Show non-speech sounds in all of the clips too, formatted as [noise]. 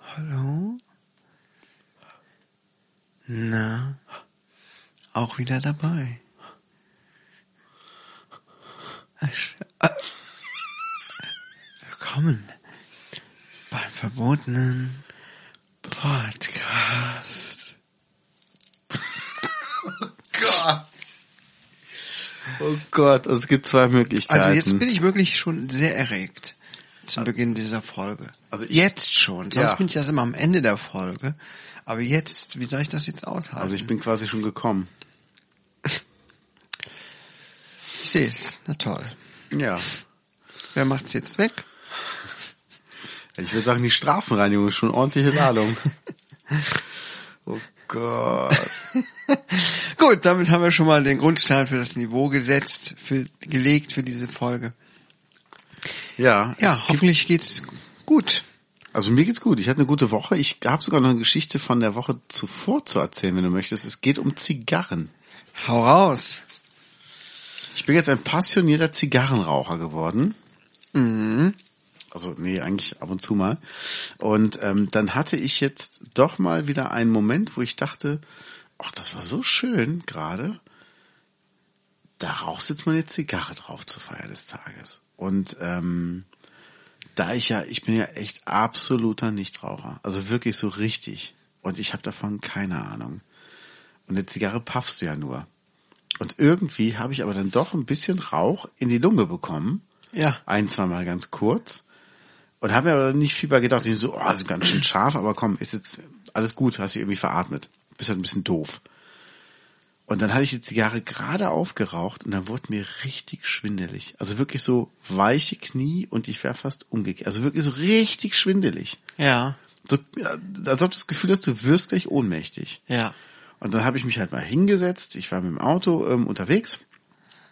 Hallo? Na, auch wieder dabei. Sch- [laughs] äh, Willkommen beim verbotenen Podcast. Gott. Oh Gott, also es gibt zwei Möglichkeiten. Also jetzt bin ich wirklich schon sehr erregt zu Beginn dieser Folge. Also ich- jetzt schon. Sonst Ja. bin ich das immer am Ende der Folge. Aber jetzt, wie soll ich das jetzt aushalten? also ich bin quasi schon gekommen. ich sehe es. Na toll. Ja. Wer macht's jetzt weg? Ich würde sagen, die Straßenreinigung ist schon ordentliche Ladung. Oh Gott. Gut, damit haben wir schon mal den Grundstein für das Niveau gesetzt, für, gelegt für diese Folge. Ja. Ja, hoffentlich geht's gut. Also mir geht's gut. Ich hatte eine gute Woche. Ich habe sogar noch eine Geschichte von der Woche zuvor zu erzählen, wenn du möchtest. Es geht um Zigarren. Hau raus. Ich bin jetzt ein passionierter Zigarrenraucher geworden. Also nee, eigentlich ab und zu mal. Und ähm, dann hatte ich jetzt doch mal wieder einen Moment, wo ich dachte, ach, das war so schön gerade. Da rauchst jetzt mal eine Zigarre drauf zur Feier des Tages. Und ähm, da ich ja, ich bin ja echt absoluter Nichtraucher. Also wirklich so richtig. Und ich habe davon keine Ahnung. Und eine Zigarre paffst du ja nur. Und irgendwie habe ich aber dann doch ein bisschen Rauch in die Lunge bekommen. Ja. Ein, zweimal ganz kurz. Und habe mir aber nicht viel bei gedacht. Ich so, oh, ist ganz schön scharf, aber komm, ist jetzt alles gut, hast dich irgendwie veratmet. Bist halt ein bisschen doof. Und dann hatte ich die Zigarre gerade aufgeraucht und dann wurde mir richtig schwindelig. Also wirklich so weiche Knie und ich wäre fast umgekehrt. Also wirklich so richtig schwindelig. Ja. So, ja, als ob du das Gefühl hast, du wirst gleich ohnmächtig. Ja. Und dann habe ich mich halt mal hingesetzt. Ich war mit dem Auto ähm, unterwegs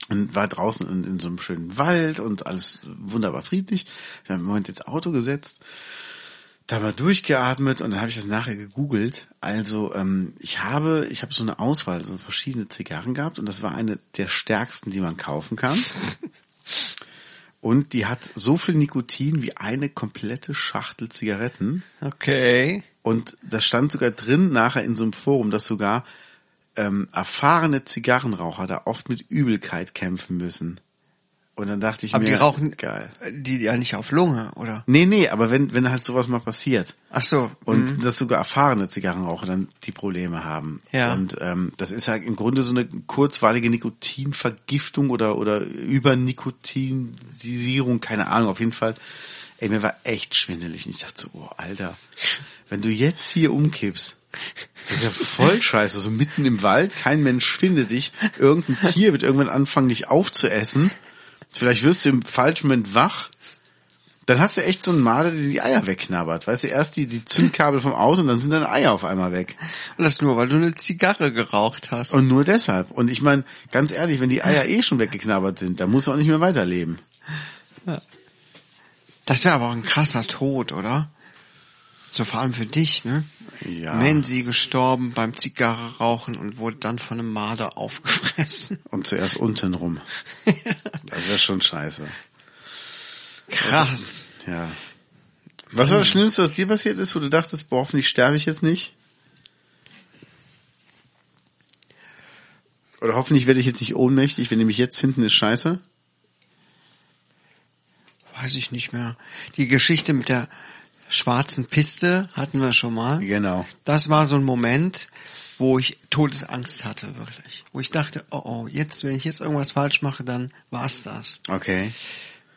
und war draußen in, in so einem schönen Wald und alles wunderbar friedlich. Ich habe im Moment ins Auto gesetzt, da mal durchgeatmet und dann habe ich das nachher gegoogelt. Also ähm, ich habe, ich habe so eine Auswahl, so verschiedene Zigarren gehabt und das war eine der stärksten, die man kaufen kann. Und die hat so viel Nikotin wie eine komplette Schachtel Zigaretten. Okay. Und da stand sogar drin nachher in so einem Forum, dass sogar ähm, erfahrene Zigarrenraucher da oft mit Übelkeit kämpfen müssen. Und dann dachte ich Aber mir, die rauchen, geil. die ja nicht auf Lunge, oder? Nee, nee, aber wenn, wenn halt sowas mal passiert Ach so. [laughs] und dass sogar erfahrene Zigarrenraucher dann die Probleme haben. Ja. Und ähm, das ist halt im Grunde so eine kurzweilige Nikotinvergiftung oder oder Übernikotinisierung, keine Ahnung. Auf jeden Fall, ey, mir war echt schwindelig und ich dachte so, oh Alter, wenn du jetzt hier umkippst, das ist ja voll scheiße. So mitten im Wald, kein Mensch findet dich. Irgendein Tier wird irgendwann anfangen, dich aufzuessen. Vielleicht wirst du im falschen Moment wach. Dann hast du echt so einen Marder, der die Eier wegknabbert. Weißt du, erst die, die Zündkabel vom Auto und dann sind deine Eier auf einmal weg. Und das nur, weil du eine Zigarre geraucht hast. Und nur deshalb. Und ich meine, ganz ehrlich, wenn die Eier eh schon weggeknabbert sind, dann musst du auch nicht mehr weiterleben. das wäre aber auch ein krasser Tod, oder? So vor allem für dich, ne? Ja. Mansi gestorben beim Zigarre rauchen und wurde dann von einem Marder [laughs] aufgefressen. Und zuerst unten rum. Das wäre schon scheiße. Krass. Ja. Was war das Schlimmste, was dir passiert ist, wo du dachtest, boah, hoffentlich sterbe ich jetzt nicht? Oder hoffentlich werde ich jetzt nicht ohnmächtig, wenn die mich jetzt finden, ist scheiße. Weiß ich nicht mehr. Die Geschichte mit der schwarzen Piste hatten wir schon mal. Genau. Das war so ein Moment, wo ich Todesangst hatte, wirklich. Wo ich dachte, oh oh, jetzt, wenn ich jetzt irgendwas falsch mache, dann war's das. Okay.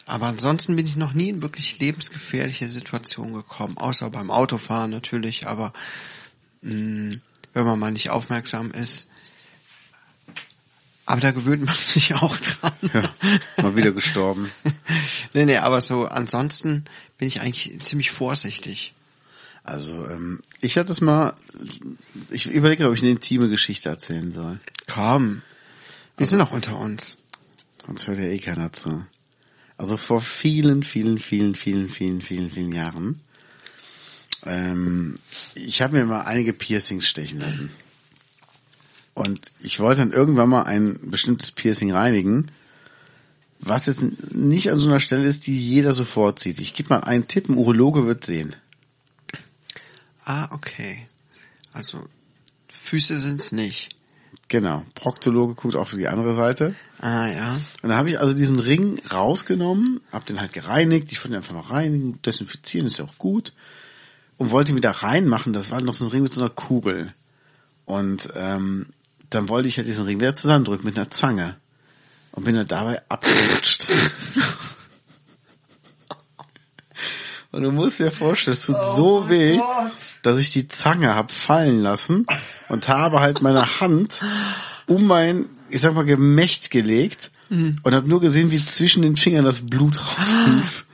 Aber ansonsten bin ich noch nie in wirklich lebensgefährliche Situationen gekommen, außer beim Autofahren natürlich, aber mh, wenn man mal nicht aufmerksam ist. Aber da gewöhnt man [laughs] sich auch dran. [laughs] Ja, mal wieder gestorben. nee, nee, aber so ansonsten bin ich eigentlich ziemlich vorsichtig. Also ähm, ich hatte es mal, ich überlege, ob ich eine intime Geschichte erzählen soll. Komm. Wir sind auch unter uns. Sonst hört ja eh keiner zu. Also vor vielen, vielen, vielen, vielen, vielen, vielen, vielen Jahren. Ähm, ich habe mir mal einige Piercings stechen lassen. Und ich wollte dann irgendwann mal ein bestimmtes Piercing reinigen, was jetzt nicht an so einer Stelle ist, die jeder sofort sieht. Ich gebe mal einen Tipp, ein Urologe wird sehen. Ah, okay. Also Füße sind's nicht. Genau. Proktologe guckt auch für die andere Seite. Ah ja. Und da habe ich also diesen Ring rausgenommen, habe den halt gereinigt. Ich wollte ihn einfach mal reinigen, desinfizieren, ist ja auch gut. Und wollte ihn wieder reinmachen. Das war noch so ein Ring mit so einer Kugel. Und ähm, dann wollte ich halt diesen Ring wieder zusammendrücken mit einer Zange. Und bin dann dabei abgerutscht. Und du musst dir vorstellen, es Oh tut so weh, dass ich die Zange hab fallen lassen und habe halt meine Hand um mein, ich sag mal, Gemächt gelegt Mhm. und habe nur gesehen, wie zwischen den Fingern das Blut rauslief.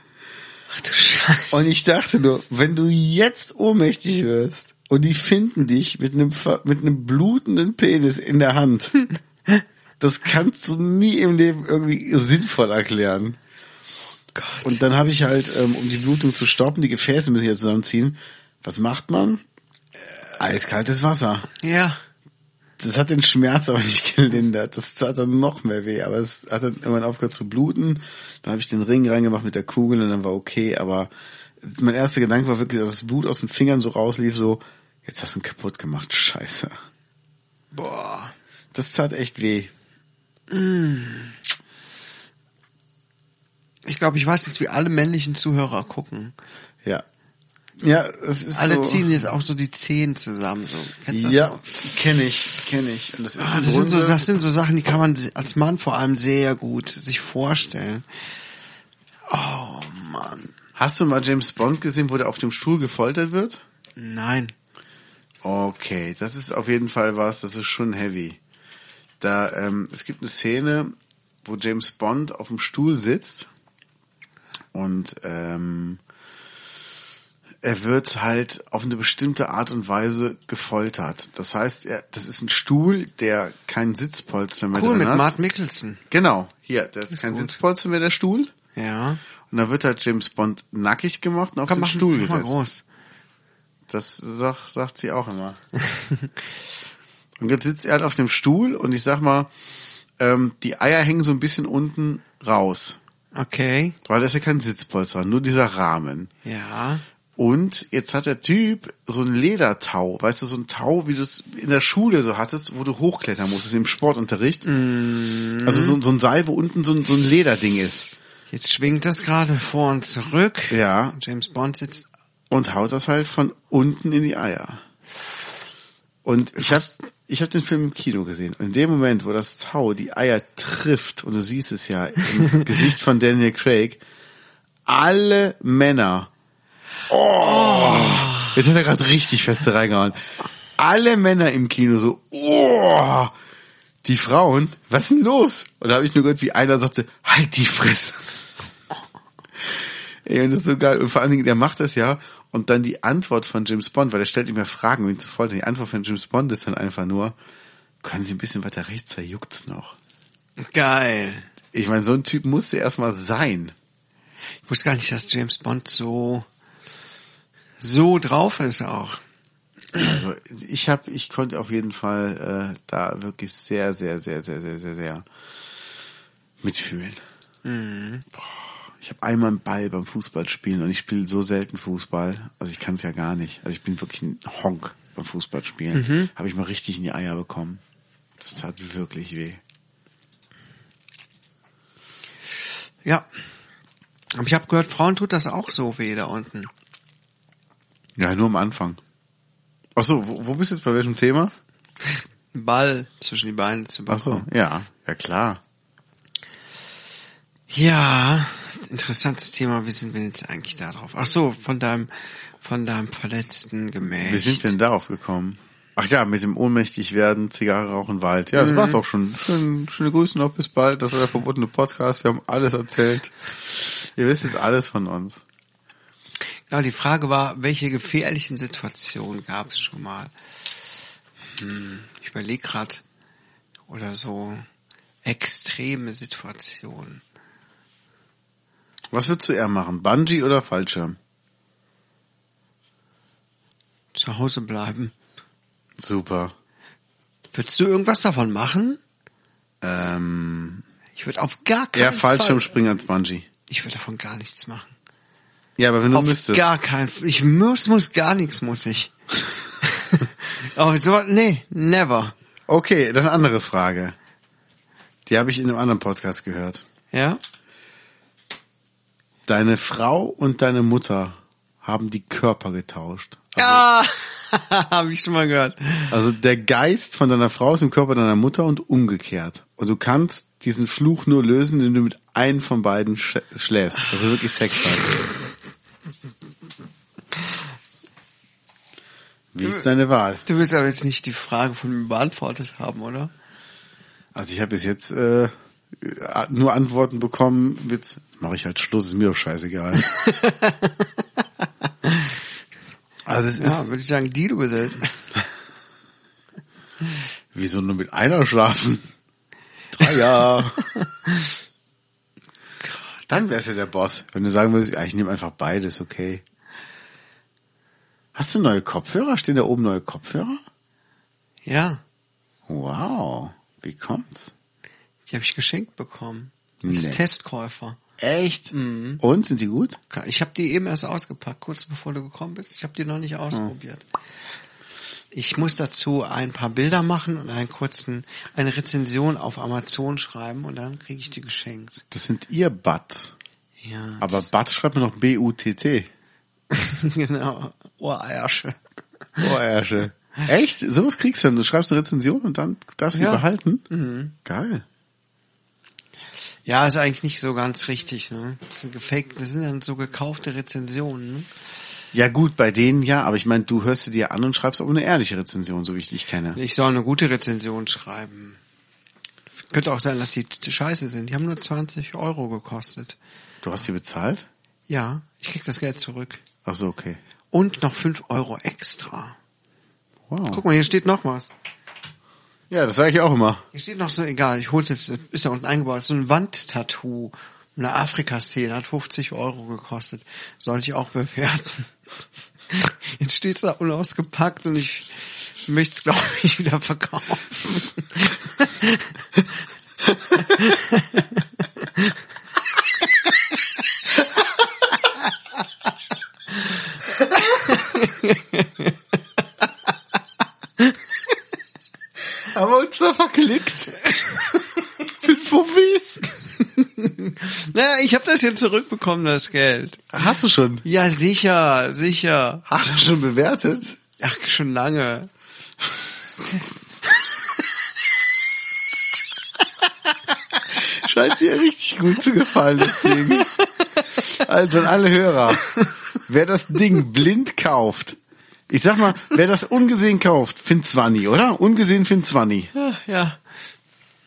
Ach du Scheiße. Und ich dachte nur, wenn du jetzt ohnmächtig wirst und die finden dich mit einem, ver- mit einem blutenden Penis in der [laughs] Hand, das kannst du nie im Leben irgendwie sinnvoll erklären. Gott. Und dann habe ich halt, ähm, um die Blutung zu stoppen, die Gefäße müssen ja zusammenziehen. Was macht man? Äh, Eiskaltes Wasser. ja. Das hat den Schmerz aber nicht [laughs] gelindert. Das tat dann noch mehr weh, aber es hat dann irgendwann aufgehört zu bluten. Dann habe ich den Ring reingemacht mit der Kugel und dann war okay, aber mein erster Gedanke war wirklich, dass das Blut aus den Fingern so rauslief, so, jetzt hast du ihn kaputt gemacht, scheiße. Boah. Das tat echt weh. Ich glaube, ich weiß jetzt, wie alle männlichen Zuhörer gucken. Ja. Ja, es ist Alle so. ziehen jetzt auch so die Zehen zusammen. So. Kennst du das ja, so? kenne ich, kenne ich. Und das ist Ah, im das, sind so, Grunde- das sind so Sachen, die kann man si- als Mann vor allem sehr gut sich vorstellen. Oh Mann. Hast du mal James Bond gesehen, wo der auf dem Stuhl gefoltert wird? Nein. Okay, das ist auf jeden Fall was, das ist schon heavy. Da, ähm, es gibt eine Szene, wo James Bond auf dem Stuhl sitzt und ähm, er wird halt auf eine bestimmte Art und Weise gefoltert. Das heißt, er, das ist ein Stuhl, der keinen Sitzpolster mehr Cool, drin mit hat. Mart Mickelson. Genau, hier, der ist kein gut. Sitzpolster mehr, der Stuhl. Ja. Und da wird halt James Bond nackig gemacht und auf Komm, den mach, Stuhl mach mal gesetzt. groß. Das sagt, sagt sie auch immer. und jetzt sitzt er halt auf dem Stuhl und ich sag mal, ähm, die Eier hängen so ein bisschen unten raus. Okay. Weil das ist ja kein Sitzpolster, nur dieser Rahmen. Ja. Und jetzt hat der Typ so ein Ledertau, weißt du, so ein Tau, wie du es in der Schule so hattest, wo du hochklettern musstest im Sportunterricht. Also so, so ein Seil, wo unten so ein, so ein Lederding ist. Jetzt schwingt das gerade vor und zurück. Ja. James Bond sitzt. und haut das halt von unten in die Eier. Und ich hab, ich hab den Film im Kino gesehen. Und in dem Moment, wo das Tau die Eier trifft, und du siehst es ja im Gesicht von Daniel Craig, alle Männer, oh, jetzt hat er gerade richtig feste reingehauen. Alle Männer im Kino so, oh, die Frauen, was ist denn los? Und da habe ich nur gehört, wie einer sagte, halt die Fresse. Ey, und das ist so geil. Und vor allen Dingen, der macht das ja. Und dann die Antwort von James Bond, weil er stellt ihm ja Fragen, um ihn zu foltern. Die Antwort von James Bond ist dann einfach nur, können Sie ein bisschen weiter rechts, da juckt's noch. Geil. Ich meine, so ein Typ musste erstmal sein. Ich wusste gar nicht, dass James Bond so, so drauf ist auch. Also ich habe, ich konnte auf jeden Fall äh, da wirklich sehr, sehr, sehr, sehr, sehr, sehr, sehr mitfühlen. Boah, ich habe einmal einen Ball beim Fußballspielen und ich spiele so selten Fußball, also ich kann es ja gar nicht. Also ich bin wirklich ein Honk beim Fußballspielen. Habe ich mal richtig in die Eier bekommen. Das tat wirklich weh. Ja. Aber ich habe gehört, Frauen tut das auch so weh da unten. Ja, nur am Anfang. Ach so, wo, wo bist du jetzt bei welchem Thema? Einen Ball zwischen die Beine zu Ach so, ja, ja klar. Ja, interessantes Thema. Wie sind wir jetzt eigentlich da drauf? Ach so, von deinem, von deinem verletzten Gemächt. Wie sind wir denn darauf gekommen? Ach ja, mit dem ohnmächtig werden, Zigarre rauchen, Wald. Ja, das war's auch schon. Mhm. Schön, schöne Grüße noch, bis bald. Das war der verbotene Podcast. Wir haben alles erzählt. Ihr wisst jetzt alles von uns. Genau, die Frage war, welche gefährlichen Situationen gab es schon mal? Hm, ich überlege gerade. Oder so extreme Situationen. Was würdest du eher machen? Bungee oder Fallschirm? Zu Hause bleiben. Super. Würdest du irgendwas davon machen? Ähm, Ich würde auf gar keinen eher Fall... Fallschirmspringen als Bungee. Ich würde davon gar nichts machen. Ja, aber wenn du auf müsstest. gar keinen Fall. Ich muss, muss gar nichts, muss ich. [laughs] Aber so, nee, never. Okay, dann andere Frage. Die habe ich in einem anderen Podcast gehört. Ja? Deine Frau und deine Mutter haben die Körper getauscht. Ja, [laughs] habe ich schon mal gehört. Also der Geist von deiner Frau ist im Körper deiner Mutter und umgekehrt. Und du kannst diesen Fluch nur lösen, indem du mit einem von beiden sch schläfst. Also wirklich Sex hast. Wie ist deine Wahl? Du willst aber jetzt nicht die Frage von mir beantwortet haben, oder? Also ich habe bis jetzt äh, nur Antworten bekommen mit mache ich halt Schluss, ist mir doch scheißegal. also es Ja, ist würde ich sagen, die du bist. wieso nur mit einer schlafen? Dreier. [laughs] Dann wärst du der Boss, wenn du sagen würdest, ja, ich nehme einfach beides, okay. Hast du neue Kopfhörer? Stehen da oben neue Kopfhörer? Ja, Wow, wie kommt's? die habe ich geschenkt bekommen. Als Nee. Testkäufer. Echt? Und sind die gut? Ich habe die eben erst ausgepackt, kurz bevor du gekommen bist. Ich habe die noch nicht ausprobiert. Ich muss dazu ein paar Bilder machen und einen kurzen, eine Rezension auf Amazon schreiben und dann kriege ich die geschenkt. Das sind Earbuds. Ja, Aber Butt schreibt man noch B-U-T-T. [laughs] genau. Ohreiersche. Oh, Ärsche. Echt? Sowas kriegst du dann. Du schreibst eine Rezension und dann darfst du Ja. die behalten? Mhm. Geil. Ja, ist eigentlich nicht so ganz richtig, ne? Das sind gefaked, das sind dann so gekaufte Rezensionen, ne? Ja gut, bei denen ja, aber ich meine, du hörst sie dir an und schreibst auch eine ehrliche Rezension, so wie ich dich kenne. Ich soll eine gute Rezension schreiben. Könnte auch sein, dass die t- scheiße sind. Die haben nur 20 Euro gekostet. Du hast sie bezahlt? Ja, ich krieg das Geld zurück. Ach so, okay. Und noch 5 Euro extra. Wow. Guck mal, hier steht noch was. Ja, das sage ich auch immer. Hier steht noch so, egal, ich hol's jetzt, ist da unten eingebaut, so ein Wandtattoo. Eine Afrika-Szene hat 50 Euro gekostet. Sollte ich auch bewerten. [laughs] Jetzt steht's da unausgepackt und ich möchte es, glaube ich, wieder verkaufen. Aber uns da [laughs] verklickt. Bin Fuffi. Naja, ich habe das hier zurückbekommen, das Geld. Hast du schon? Ja, sicher, sicher. Hast du schon bewertet? Ach, schon lange. Scheint dir richtig gut zu gefallen, das Ding. Also an alle Hörer, wer das Ding blind kauft, ich sag mal, wer das ungesehen kauft, findet Zwanni, oder? Ungesehen findet Zwanni. Ja, ja.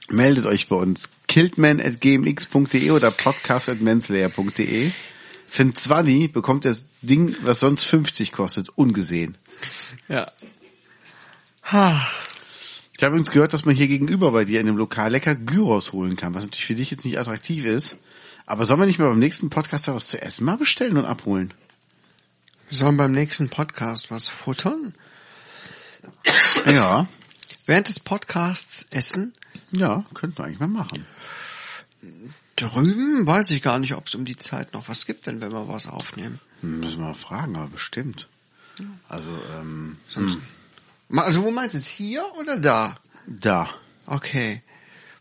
Meldet euch bei uns. Kiltman.gmx.de oder podcast.manslayer.de. Findet Zwanni, bekommt das Ding, was sonst 50 kostet, ungesehen. ja. Ha. Ich habe übrigens gehört, dass man hier gegenüber bei dir in dem Lokal lecker Gyros holen kann, was natürlich für dich jetzt nicht attraktiv ist. Aber sollen wir nicht mal beim nächsten Podcast da was zu essen mal bestellen und abholen? Wir sollen beim nächsten Podcast was futtern. Ja, Während des Podcasts essen. ja, könnten wir eigentlich mal machen. Drüben weiß ich gar nicht, ob es um die Zeit noch was gibt, denn wenn wir was aufnehmen. Müssen wir mal fragen, aber bestimmt. Also, ähm, Ma- Also wo meinst du jetzt? Hier oder da? da. Okay.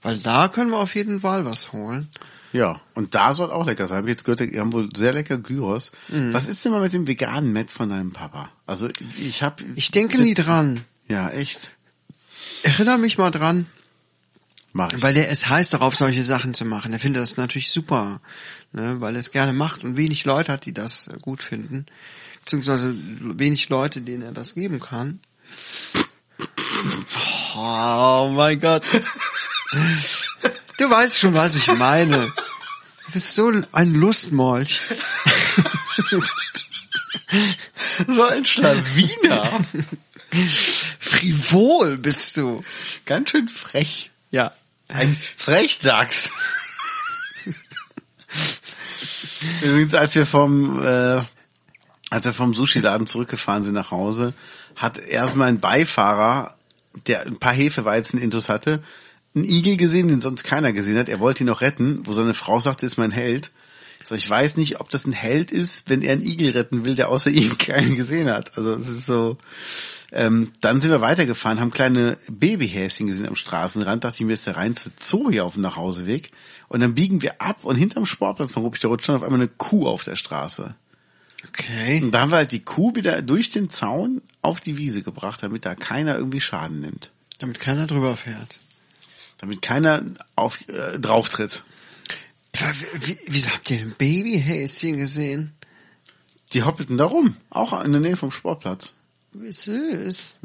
Weil da können wir auf jeden Fall was holen. Ja, und da soll auch lecker sein. Hab ich jetzt gehört, die haben wohl sehr lecker Gyros. Mhm. Was ist denn mal mit dem veganen Met von deinem Papa? Also, ich hab... Ich denke nie dran. Ja, echt. Erinnere mich mal dran. Mach ich. Weil der es heiß darauf, solche Sachen zu machen. Er findet das natürlich super, ne? weil er es gerne macht und wenig Leute hat, die das äh, gut finden. Beziehungsweise wenig Leute, denen er das geben kann. Oh mein Gott. Du weißt schon, was ich meine. Du bist so ein Lustmolch. [laughs] So [laughs] ein Schlawiner. Frivol bist du. Ganz schön frech. Ja. Ein Frechdachs. Übrigens, als wir vom, äh, als wir vom Sushi-Laden zurückgefahren sind nach Hause, hat erstmal ein Beifahrer, der ein paar Hefeweizen-Intos hatte, einen Igel gesehen, den sonst keiner gesehen hat. Er wollte ihn noch retten, wo seine Frau sagte, ist mein Held. Ich sag, ich weiß nicht, ob das ein Held ist, wenn er einen Igel retten will, der außer ihm [laughs] keinen gesehen hat. Also es ist so. Ähm, dann sind wir weitergefahren, haben kleine Babyhäschen gesehen am Straßenrand. Dachte ich mir, ist der reinste Zoo hier auf dem Nachhauseweg. Und dann biegen wir ab und hinterm Sportplatz von Rupich der Rutsch stand auf einmal eine Kuh auf der Straße. Okay. Und da haben wir halt die Kuh wieder durch den Zaun auf die Wiese gebracht, damit da keiner irgendwie Schaden nimmt. Damit keiner drüber fährt. Damit keiner auf, äh, drauf tritt. Wie, wie, wieso habt ihr ein Babyhäschen gesehen? Die hoppelten da rum, auch in der Nähe vom Sportplatz. Wie süß.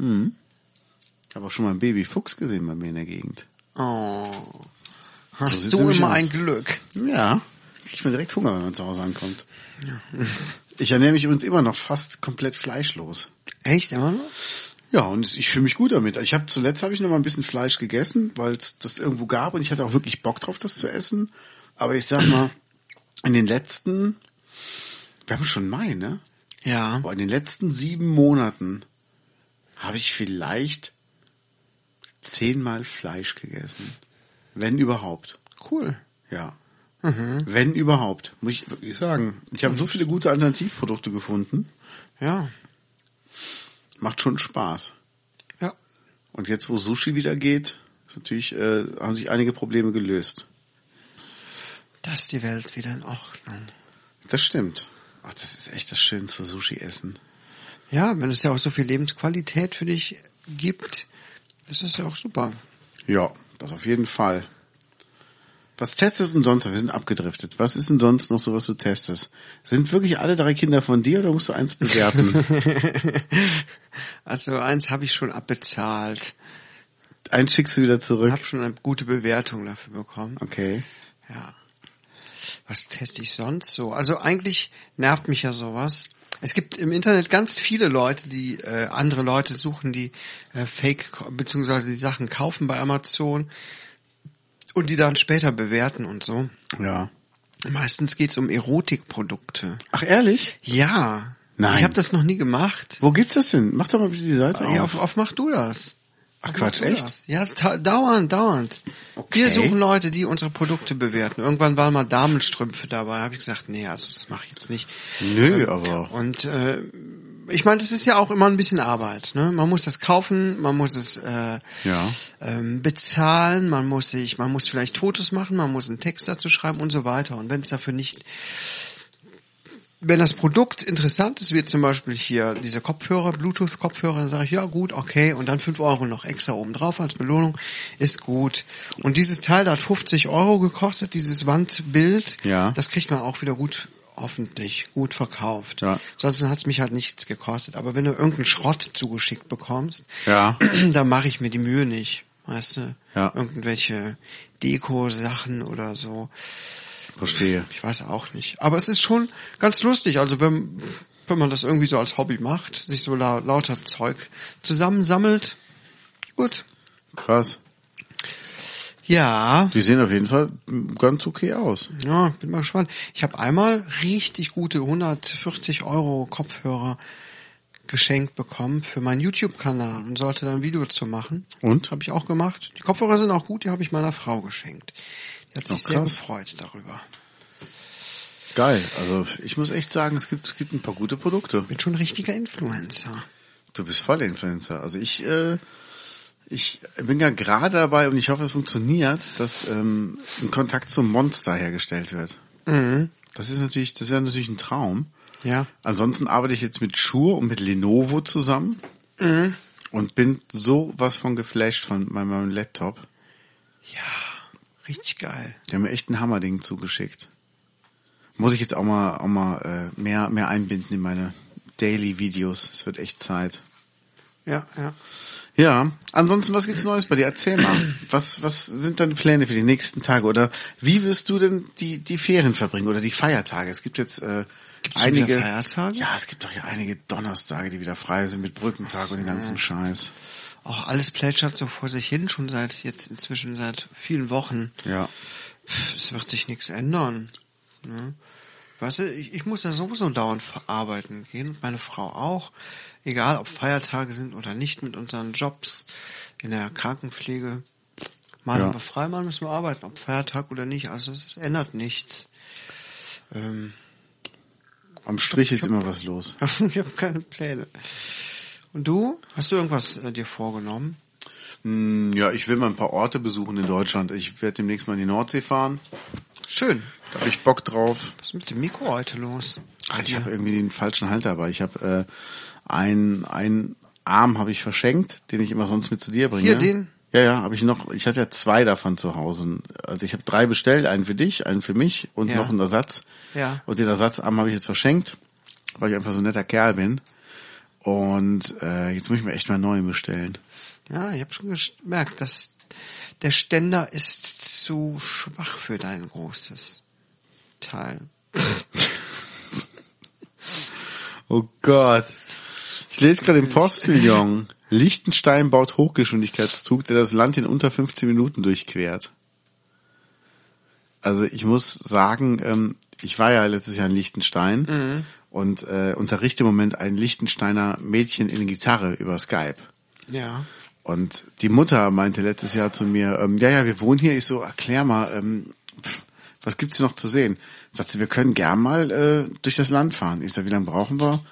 Habe auch schon mal einen Babyfuchs gesehen bei mir in der Gegend. Oh. So Hast sieht's du nämlich immer aus. ein Glück. Ja, kriegt man direkt Hunger, wenn man zu Hause ankommt. Ich ernähre mich übrigens immer noch fast komplett fleischlos. Echt, immer noch? Ja, und ich fühle mich gut damit. Ich habe zuletzt habe ich noch mal ein bisschen Fleisch gegessen, weil es das irgendwo gab und ich hatte auch wirklich Bock drauf, das zu essen. Aber ich sag mal, in den letzten, wir haben schon Mai, ne? Ja. Boah, in den letzten sieben Monaten habe ich vielleicht zehnmal Fleisch gegessen. Wenn überhaupt. Cool. Ja. Wenn überhaupt, muss ich wirklich sagen. Ich habe so viele gute Alternativprodukte gefunden. Ja. Macht schon Spaß. Ja. Und jetzt, wo Sushi wieder geht, ist natürlich, äh, haben sich einige Probleme gelöst. Da ist die Welt wieder in Ordnung. Das stimmt. Ach, das ist echt das schönste Sushi-Essen. Ja, wenn es ja auch so viel Lebensqualität für dich gibt, ist das ja auch super. Ja, das auf jeden Fall. Was testest du denn sonst? noch? Wir sind abgedriftet. Was ist denn sonst noch so, was du testest? Sind wirklich alle drei Kinder von dir oder musst du eins bewerten? Also eins habe ich schon abbezahlt. eins schickst du wieder Ich zurück. habe schon eine gute Bewertung dafür bekommen. Okay. Ja. Was teste ich sonst so? Also eigentlich nervt mich ja sowas. Es gibt im Internet ganz viele Leute, die äh, andere Leute suchen, die äh, Fake beziehungsweise die Sachen kaufen bei Amazon und die dann später bewerten und so. Ja. Meistens geht's um Erotikprodukte. Ach, ehrlich? Ja. Nein. Ich habe das noch nie gemacht. Wo gibt's das denn? Mach doch mal bitte die Seite Ja, auf. auf, auf mach du das. Ach Auf Quatsch, Mach Du echt? Das. Ja, ta- dauernd, dauernd. Okay. Wir suchen Leute, die unsere Produkte bewerten. Irgendwann waren mal Damenstrümpfe dabei, habe ich gesagt, nee, also das mache ich jetzt nicht. Ähm, Nö, aber Und äh, ich meine, das ist ja auch immer ein bisschen Arbeit. Ne? Man muss das kaufen, man muss es äh, Ja. ähm, bezahlen, man muss sich, man muss vielleicht Fotos machen, man muss einen Text dazu schreiben und so weiter. Und wenn es dafür nicht, wenn das Produkt interessant ist, wie zum Beispiel hier diese Kopfhörer, Bluetooth-Kopfhörer, dann sage ich, ja gut, okay, und dann 5 Euro noch extra oben drauf als Belohnung, ist gut. Und dieses Teil, da hat 50 Euro gekostet, dieses Wandbild, Ja. das kriegt man auch wieder gut hoffentlich gut verkauft. Ja. Sonst hat's mich halt nichts gekostet. Aber wenn du irgendeinen Schrott zugeschickt bekommst, [clears throat] Ja. da mache ich mir die Mühe nicht. Weißt du? Ja. Irgendwelche Deko-Sachen oder so. verstehe. Ich weiß auch nicht. Aber es ist schon ganz lustig. Also wenn, wenn man das irgendwie so als Hobby macht, sich so la lauter Zeug zusammensammelt. Gut. Krass. Ja. Die sehen auf jeden Fall ganz okay aus. Ja, bin mal gespannt. Ich habe einmal richtig gute 140 Euro Kopfhörer geschenkt bekommen für meinen YouTube-Kanal und sollte dann ein Video zu machen. Und? Habe ich auch gemacht. Die Kopfhörer sind auch gut, die habe ich meiner Frau geschenkt. Die hat sich Ach, sehr krass. gefreut darüber. Geil. Also ich muss echt sagen, es gibt, es gibt ein paar gute Produkte. Bin schon ein richtiger Influencer. Du bist voll Influencer. Also ich, äh, ich bin ja gerade dabei und ich hoffe, es funktioniert, dass ähm, ein Kontakt zum Monster hergestellt wird. Das ist natürlich, das wäre natürlich ein Traum. Ja. Ansonsten arbeite ich jetzt mit Shure und mit Lenovo zusammen Mhm. und bin sowas von geflasht von meinem Laptop. Ja, richtig geil. Die haben mir echt ein Hammerding zugeschickt. Muss ich jetzt auch mal, auch mal äh, mehr, mehr einbinden in meine Daily Videos. Es wird echt Zeit. Ja, ja. Ja, ansonsten, was gibt's Neues bei dir? Erzähl mal. Was, was sind deine Pläne für die nächsten Tage? Oder wie wirst du denn die, die Ferien verbringen oder die Feiertage? Es gibt jetzt äh, Gibt's schon wieder einige Feiertage? Ja, es gibt doch ja einige Donnerstage, die wieder frei sind mit Brückentag und dem ganzen Scheiß. Auch alles plätschert so vor sich hin, schon seit jetzt inzwischen seit vielen Wochen. Ja. Pff, Es wird sich nichts ändern. Ne? Weißt du, ich, ich muss ja sowieso dauernd verarbeiten gehen und meine Frau auch. Egal, ob Feiertage sind oder nicht mit unseren Jobs in der Krankenpflege. Mal Ja. haben wir frei, mal müssen wir arbeiten, ob Feiertag oder nicht. Also es ändert nichts. Ähm, [laughs] Am Strich ist immer was los. ich habe keine Pläne. Und du? Hast du irgendwas äh, dir vorgenommen? Hm, Ja, ich will mal ein paar Orte besuchen in Deutschland. Ich werde demnächst mal in die Nordsee fahren. Schön. Da habe ich Bock drauf. Was ist mit dem Mikro heute los? Ach, ich habe irgendwie den falschen Halter, aber ich habe äh, einen, einen Arm habe ich verschenkt, den ich immer sonst mit zu dir bringe. Hier, den? Ja, ja, habe ich noch. Ich hatte ja zwei davon zu Hause. Und, Also ich habe drei bestellt, einen für dich, einen für mich und Ja. noch einen Ersatz. Ja. Und den Ersatzarm habe ich jetzt verschenkt, weil ich einfach so ein netter Kerl bin. Und äh, jetzt muss ich mir echt mal einen neuen bestellen. Ja, ich habe schon gemerkt, dass der Ständer ist zu schwach für dein großes Teil. Oh Gott. Ich lese gerade im Postillon. Liechtenstein baut Hochgeschwindigkeitszug, der das Land in unter 15 Minuten durchquert. Also ich muss sagen, ähm, ich war ja letztes Jahr in Liechtenstein und äh, unterrichte im Moment ein Liechtensteiner Mädchen in Gitarre über Skype. Ja. Und die Mutter meinte letztes Jahr zu mir, ähm, ja, ja, wir wohnen hier. Ich so, erklär mal, ähm, pff, was gibt's hier noch zu sehen? Sagt sie, wir können gern mal äh, durch das Land fahren. Ich so, wie lange brauchen wir?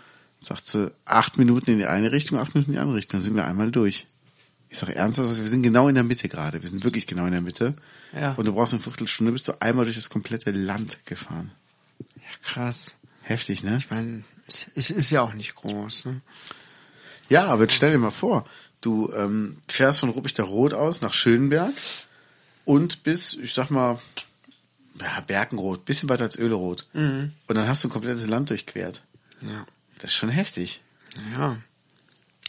Sagt sie, acht Minuten in die eine Richtung, acht Minuten in die andere Richtung. Dann sind wir einmal durch. Ich sage, ernsthaft, wir sind genau in der Mitte gerade. Wir sind wirklich genau in der Mitte. Ja. Und du brauchst eine Viertelstunde, bist du einmal durch das komplette Land gefahren. Ja, krass. Heftig, ne? Ich meine, es es ist ja auch nicht groß. Ne? Ja, aber jetzt stell dir mal vor, du ähm, fährst von Ruppichter Rot aus nach Schönberg und bis, ich sag mal, ja, Berkenrot, bisschen weiter als Öleroth. Mhm. Und dann hast du ein komplettes Land durchquert. Ja. Das ist schon heftig. Ja.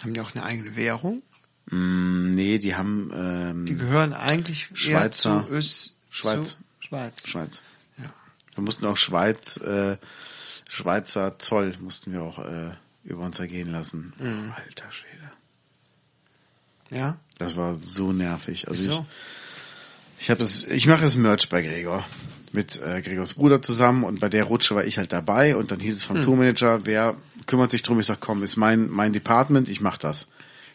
Haben die auch eine eigene Währung? Mm, nee, die haben Die ähm, gehören eigentlich eher Schweizer. zu Öst Schweiz. Zu Schweiz. Schweiz. Ja. Wir mussten auch Schweiz, äh, Schweizer Zoll mussten wir auch äh, über uns ergehen lassen. Mhm. Alter Schwede. Ja. Das war so nervig. Also Wieso? ich, ich habe das, ich mache das Merch bei Gregor mit äh, Gregors Bruder zusammen und bei der Rutsche war ich halt dabei und dann hieß es vom Tourmanager, wer kümmert sich drum? Ich sag, komm, ist mein mein Department, ich mach das.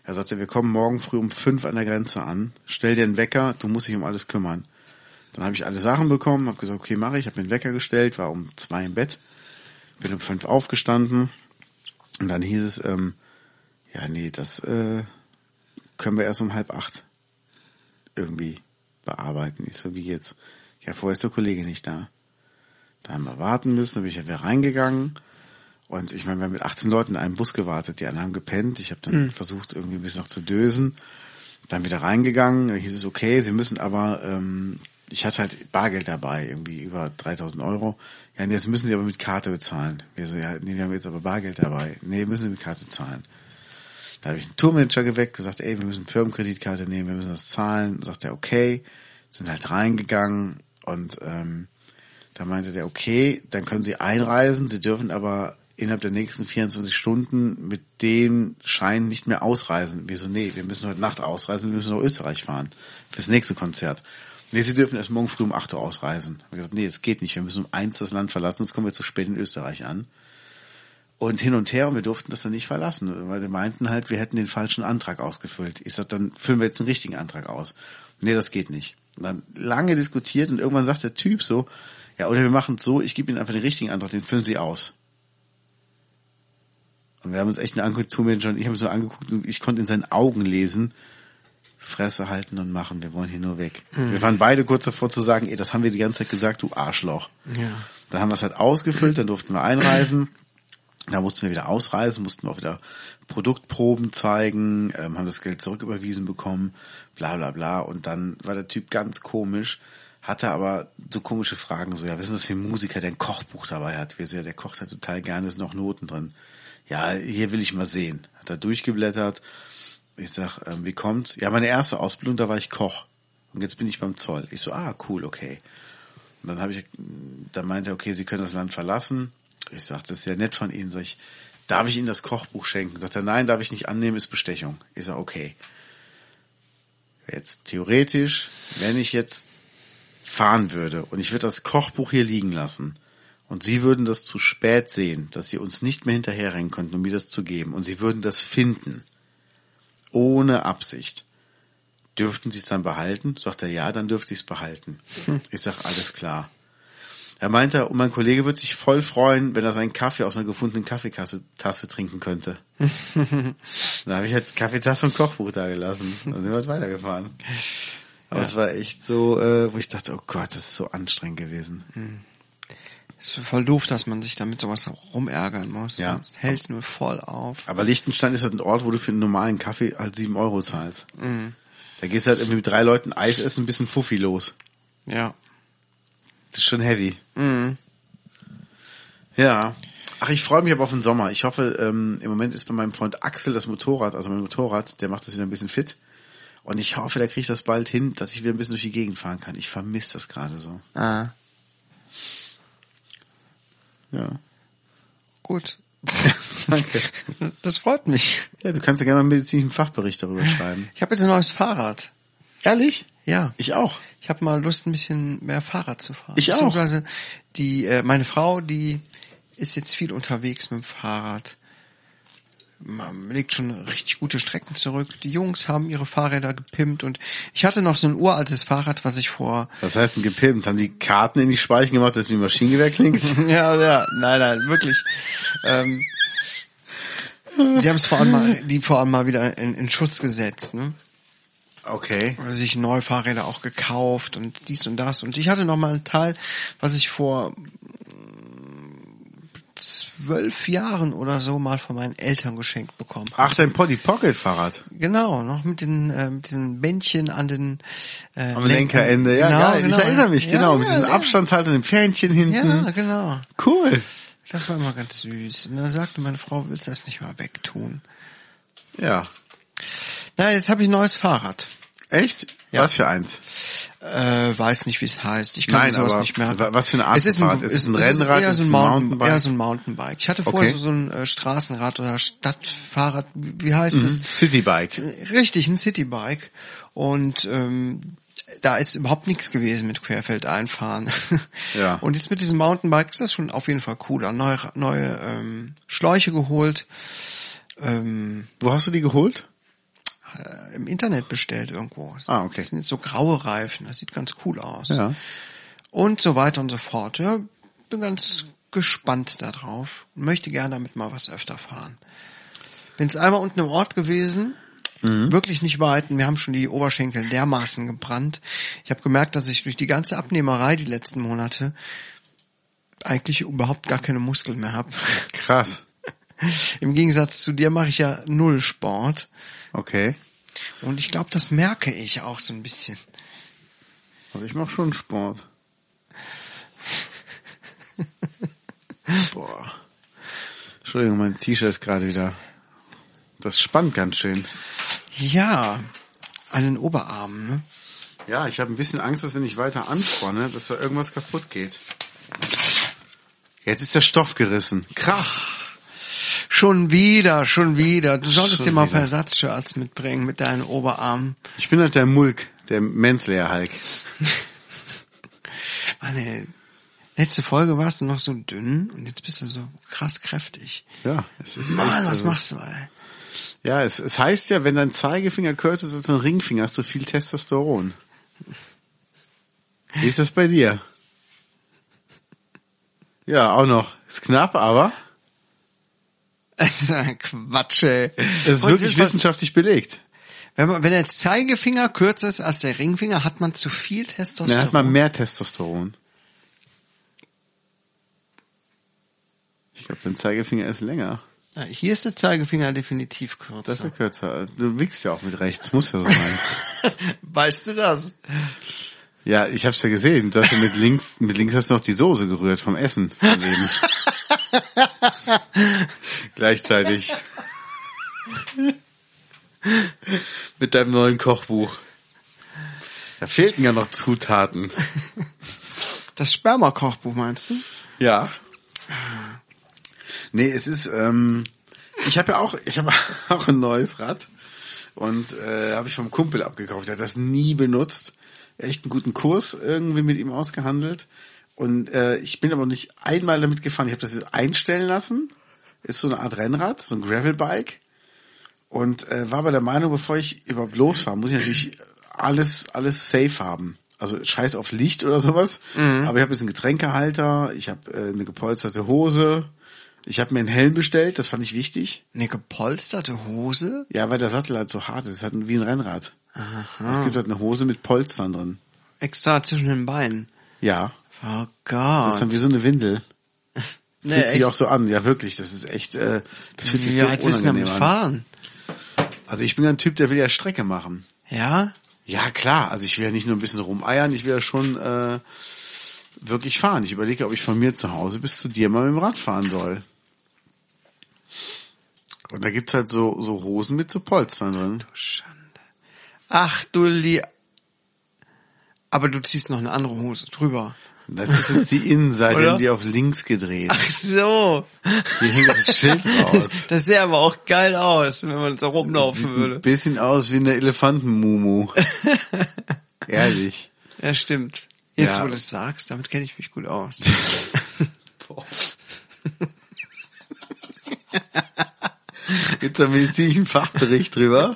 Er sagte, wir kommen morgen früh um fünf an der Grenze an, stell dir einen Wecker, du musst dich um alles kümmern. Dann habe ich alle Sachen bekommen, habe gesagt, okay, mache ich, habe mir einen Wecker gestellt, war um zwei im Bett, bin um fünf aufgestanden und dann hieß es, ähm, ja nee, das äh, können wir erst um halb acht irgendwie bearbeiten. Ich so, wie geht's? Ja, vorher ist der Kollege nicht da. Da haben wir warten müssen, dann bin ich ja wieder reingegangen. Und ich meine, wir haben mit 18 Leuten in einem Bus gewartet. Die anderen haben gepennt. Ich habe dann versucht, irgendwie ein bisschen noch zu dösen. Dann wieder reingegangen. Da hieß es, okay, sie müssen aber, ähm, ich hatte halt Bargeld dabei, irgendwie über 3000 Euro. Ja, nee, jetzt müssen sie aber mit Karte bezahlen. Wir so, ja, nee, wir haben jetzt aber Bargeld dabei. Nee, müssen sie mit Karte zahlen. Da habe ich einen Tourmanager geweckt, gesagt, ey, wir müssen Firmenkreditkarte nehmen, wir müssen das zahlen. Sagt er, okay, sind halt reingegangen und ähm, da meinte der, okay, dann können Sie einreisen, Sie dürfen aber innerhalb der nächsten 24 Stunden mit dem Schein nicht mehr ausreisen. Wir so, nee, wir müssen heute Nacht ausreisen, wir müssen nach Österreich fahren fürs nächste Konzert. Nee, Sie dürfen erst morgen früh um 8 Uhr ausreisen. Hab Ich gesagt, nee, das geht nicht, wir müssen um 1 das Land verlassen, sonst kommen wir zu spät in Österreich an und hin und her und wir durften das dann nicht verlassen, weil wir meinten halt, wir hätten den falschen Antrag ausgefüllt. Ich sag, dann füllen wir jetzt einen richtigen Antrag aus. Nee, das geht nicht. Und dann lange diskutiert und irgendwann sagt der Typ so, ja, oder wir machen es so, ich gebe Ihnen einfach den richtigen Antrag, den füllen Sie aus. Und wir haben uns echt einen angeguckt, Tourmanager und ich haben uns nur angeguckt und ich konnte in seinen Augen lesen, Fresse halten und machen, wir wollen hier nur weg. Wir waren beide kurz davor zu sagen, ey, das haben wir die ganze Zeit gesagt, du Arschloch. Ja. Dann haben wir es halt ausgefüllt, dann durften wir einreisen. Da mussten wir wieder ausreisen, mussten wir auch wieder Produktproben zeigen, ähm, haben das Geld zurücküberwiesen bekommen, bla bla bla. Und dann war der Typ ganz komisch, hatte aber so komische Fragen, so, ja, wissen Sie, dass hier ein Musiker, der ein Kochbuch dabei hat? Wir sehen, ja, der kocht halt total gerne, ist noch Noten drin. Ja, hier will ich mal sehen. Hat er durchgeblättert, Ich sag, ähm, wie kommt's? Ja, meine erste Ausbildung, da war ich Koch. Und jetzt bin ich beim Zoll. Ich so, ah, cool, okay. Und dann habe ich, dann meinte er, okay, Sie können das Land verlassen. Ich sag, das ist ja nett von Ihnen. Sag ich, darf ich Ihnen das Kochbuch schenken? Sagt er, nein, darf ich nicht annehmen, ist Bestechung. Ich sag, okay. Jetzt theoretisch, wenn ich jetzt fahren würde und ich würde das Kochbuch hier liegen lassen und Sie würden das zu spät sehen, dass Sie uns nicht mehr hinterherrennen könnten, um mir das zu geben und Sie würden das finden, ohne Absicht, dürften Sie es dann behalten? Sagt er, ja, dann dürfte ich es behalten. Ich sag, alles klar. Er meinte, und mein Kollege würde sich voll freuen, wenn er seinen Kaffee aus einer gefundenen Kaffeetasse Tasse trinken könnte. dann habe ich halt Kaffeetasse und Kochbuch da gelassen. Dann sind wir halt weitergefahren. Aber es war echt so, äh, wo ich dachte, oh Gott, das ist so anstrengend gewesen. Ist voll doof, dass man sich damit sowas rumärgern muss. Ja. Es hält nur voll auf. Aber Liechtenstein ist halt ein Ort, wo du für einen normalen Kaffee halt sieben Euro zahlst. Da gehst du halt irgendwie mit drei Leuten Eis essen, ein bisschen Fuffi los. Ja. Das ist schon heavy. Ja. Ach, ich freue mich aber auf den Sommer. Ich hoffe, ähm, im Moment ist bei meinem Freund Axel das Motorrad, also mein Motorrad, der macht das wieder ein bisschen fit. Und ich hoffe, der kriegt das bald hin, dass ich wieder ein bisschen durch die Gegend fahren kann. Ich vermisse das gerade so. Ah, Ja. gut. [laughs] Danke. Das freut mich. Ja, du kannst ja gerne mal einen medizinischen Fachbericht [laughs] darüber schreiben. Ich habe jetzt ein neues Fahrrad. Ehrlich? Ja. Ich auch. Ich habe mal Lust, ein bisschen mehr Fahrrad zu fahren. Ich auch. Beziehungsweise die, äh, meine Frau, die ist jetzt viel unterwegs mit dem Fahrrad. Man legt schon richtig gute Strecken zurück. Die Jungs haben ihre Fahrräder gepimpt und ich hatte noch so ein uraltes Fahrrad, was ich vor Was heißt denn gepimpt? Haben die Karten in die Speichen gemacht, dass wie ein Maschinengewehr klingt? ja, ja, nein, nein, wirklich. Ähm, die haben es vor allem mal, die vor allem mal wieder in, in Schutz gesetzt, ne? [laughs] Okay. sich neue Fahrräder auch gekauft und dies und das. Und ich hatte noch mal einen Teil, was ich vor mm, zwölf Jahren oder so mal von meinen Eltern geschenkt bekommen habe. Ach, dein Polly Pocket Fahrrad. Genau, noch mit den ähm, diesen Bändchen an den äh, Genau, Am Lenkerende, ja, geil. Ich erinnere mich, genau. mit diesem ja. Abstandshalter und dem Fähnchen hinten. Ja, genau. Cool. Das war immer ganz süß. Und dann sagte meine Frau, willst du das nicht mal wegtun? Ja. Na, jetzt habe ich ein neues Fahrrad. Echt? Was für eins? Äh, weiß nicht, wie es heißt. Ich kann Nein, sowas aber nicht mehr. wa- was für eine Art es ist Fahrrad? ein, Ist es es ist ein ein Rennrad, eher ist so es ein ein Mountainbike? Mountainbike? Eher so ein Mountainbike. Ich hatte vorher Okay. so, so ein äh, Straßenrad oder Stadtfahrrad. Wie wie heißt es? Citybike. Richtig, ein Citybike. Und ähm, da ist überhaupt nichts gewesen mit Querfeld einfahren. [laughs] Ja. Und jetzt mit diesem Mountainbike ist das schon auf jeden Fall cooler. Neue, neue ähm, Schläuche geholt. Ähm, Wo hast du die geholt? äh, im Internet bestellt irgendwo. Ah, okay. Das sind jetzt so graue Reifen, das sieht ganz cool aus. Ja. Und so weiter und so fort. Ja, bin ganz gespannt darauf. Möchte gerne damit mal was öfter fahren. Bin jetzt einmal unten im Ort gewesen, Mhm. wirklich nicht weit. und Mir haben schon die Oberschenkel dermaßen gebrannt. Ich habe gemerkt, dass ich durch die ganze Abnehmerei die letzten Monate eigentlich überhaupt gar keine Muskeln mehr habe. Krass. [laughs] Im Gegensatz zu dir mache ich ja null Sport. Okay. Und ich glaube, das merke ich auch so ein bisschen. Also ich mache [laughs] schon Sport. Boah. Entschuldigung, mein T-Shirt ist gerade wieder. Das spannt ganz schön. Ja, an den Oberarmen, ne? Ja, ich habe ein bisschen Angst, dass wenn ich weiter anfronne, dass da irgendwas kaputt geht. Jetzt ist der Stoff gerissen. Krass. Schon wieder, schon wieder. Du solltest Schon dir mal ein wieder. paar Ersatzshirts mitbringen mit deinen Oberarmen. Ich bin halt der Mulk, der Manslayer Hulk. Meine letzte Folge warst du noch so dünn und jetzt bist du so krass kräftig. Ja, es ist Mann, echt, was also- machst du, ey? [laughs] Ja, es, es heißt ja, wenn dein Zeigefinger kürzer ist als dein Ringfinger, hast du viel Testosteron. Wie ist das bei dir? Ja, auch noch. Ist knapp, aber Das ist ein Quatsch, ey. Und es ist wirklich jedenfalls, wissenschaftlich belegt. wenn, man, wenn der Zeigefinger kürzer ist als der Ringfinger, hat man zu viel Testosteron. Dann hat man mehr Testosteron. Ich glaube, dein Zeigefinger ist länger. Ja, Hier ist der Zeigefinger definitiv kürzer. Das ist ja kürzer. Du wickst ja auch mit rechts, muss ja so sein. weißt du das? ja, ich hab's ja gesehen. Du hast ja mit links, mit links hast du noch die Soße gerührt vom Essen. Vom [laughs] Leben. Gleichzeitig. Mit deinem neuen Kochbuch. Da fehlten ja noch Zutaten. Das Sperma-Kochbuch meinst du? Ja. Nee, es ist, ähm, ich habe ja auch, ich habe [laughs] auch ein neues Rad und äh, habe ich vom Kumpel abgekauft. Der hat das nie benutzt. Echt einen guten Kurs irgendwie mit ihm ausgehandelt. Und äh, ich bin aber nicht einmal damit gefahren. Ich habe das jetzt einstellen lassen. Ist so eine Art Rennrad, so ein Gravelbike. Und äh, war aber der Meinung, bevor ich überhaupt losfahre, muss ich natürlich alles, alles safe haben. Also scheiß auf Licht oder sowas. Mhm. Aber ich habe jetzt einen Getränkehalter, ich habe äh, eine gepolsterte Hose, ich habe mir einen Helm bestellt, das fand ich wichtig. Eine gepolsterte Hose? Ja, weil der Sattel halt so hart ist, hat wie ein Rennrad. Es gibt halt eine Hose mit Polstern drin. Extra zwischen den Beinen. Ja. Oh Das ist Gott. dann wie so eine Windel. Nee, Fühlt sich echt. auch so an, ja wirklich. Das ist echt, äh, das fühlt sich Wie so weit willst du damit unangenehm an. fahren? Also ich bin ja ein Typ, der will ja Strecke machen. Ja? Ja, klar. Also ich will ja nicht nur ein bisschen rumeiern, ich will ja schon äh, wirklich fahren. Ich überlege, ob ich von mir zu Hause bis zu dir mal mit dem Rad fahren soll. Und da gibt's halt so, so Hosen mit so Polstern drin. Schande. Ach du Lie... Aber du ziehst noch eine andere Hose drüber. Das ist jetzt die Innenseite, Oder? die haben die auf links gedreht. Ach so. Hier hängt das Schild raus. Das sähe aber auch geil aus, wenn man so [laughs] Sieht rumlaufen [laughs] ein würde. bisschen aus wie eine [laughs] Elefantenmumu. Ehrlich. Ja, stimmt. Jetzt, Ja. wo du es sagst, damit kenne ich mich gut aus. Gibt's da medizinischen Fachbericht drüber?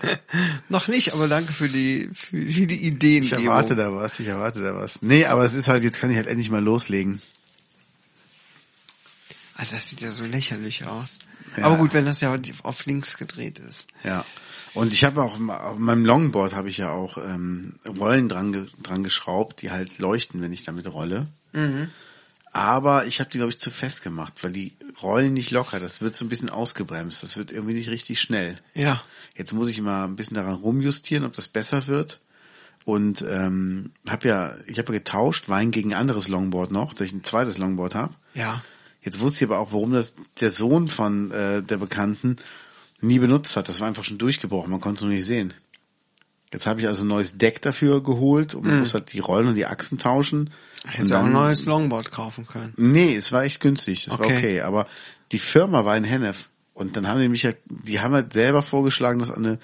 noch nicht, aber danke für die, für, für die Ideen. Ich erwarte da was, ich erwarte da was. Nee, aber es ist halt, jetzt kann ich halt endlich mal loslegen. Also das sieht ja so lächerlich aus. Ja. Aber gut, wenn das ja auf links gedreht ist. Ja. Und ich habe auch ma- auf meinem Longboard habe ich ja auch ähm, Rollen dran, ge dran geschraubt, die halt leuchten, wenn ich damit rolle. Aber ich habe die, glaube ich, zu fest gemacht, weil die rollen nicht locker. Das wird so ein bisschen ausgebremst. Das wird irgendwie nicht richtig schnell. Ja. Jetzt muss ich mal ein bisschen daran rumjustieren, ob das besser wird. Und ähm, habe ja, ich habe ja getauscht, Wein gegen ein anderes Longboard noch, dass ich ein zweites Longboard habe. Ja. Jetzt wusste ich aber auch, warum das der Sohn von äh, der Bekannten nie benutzt hat. Das war einfach schon durchgebrochen, man konnte es nur nicht sehen. Jetzt habe ich also ein neues Deck dafür geholt und man Hm. muss halt die Rollen und die Achsen tauschen. Hättest Und du auch ein dann- neues Longboard kaufen können. Nee, es war echt günstig, das war Okay. okay. Aber die Firma war in Hennef und dann haben die mich ja, die haben halt selber vorgeschlagen, das an eine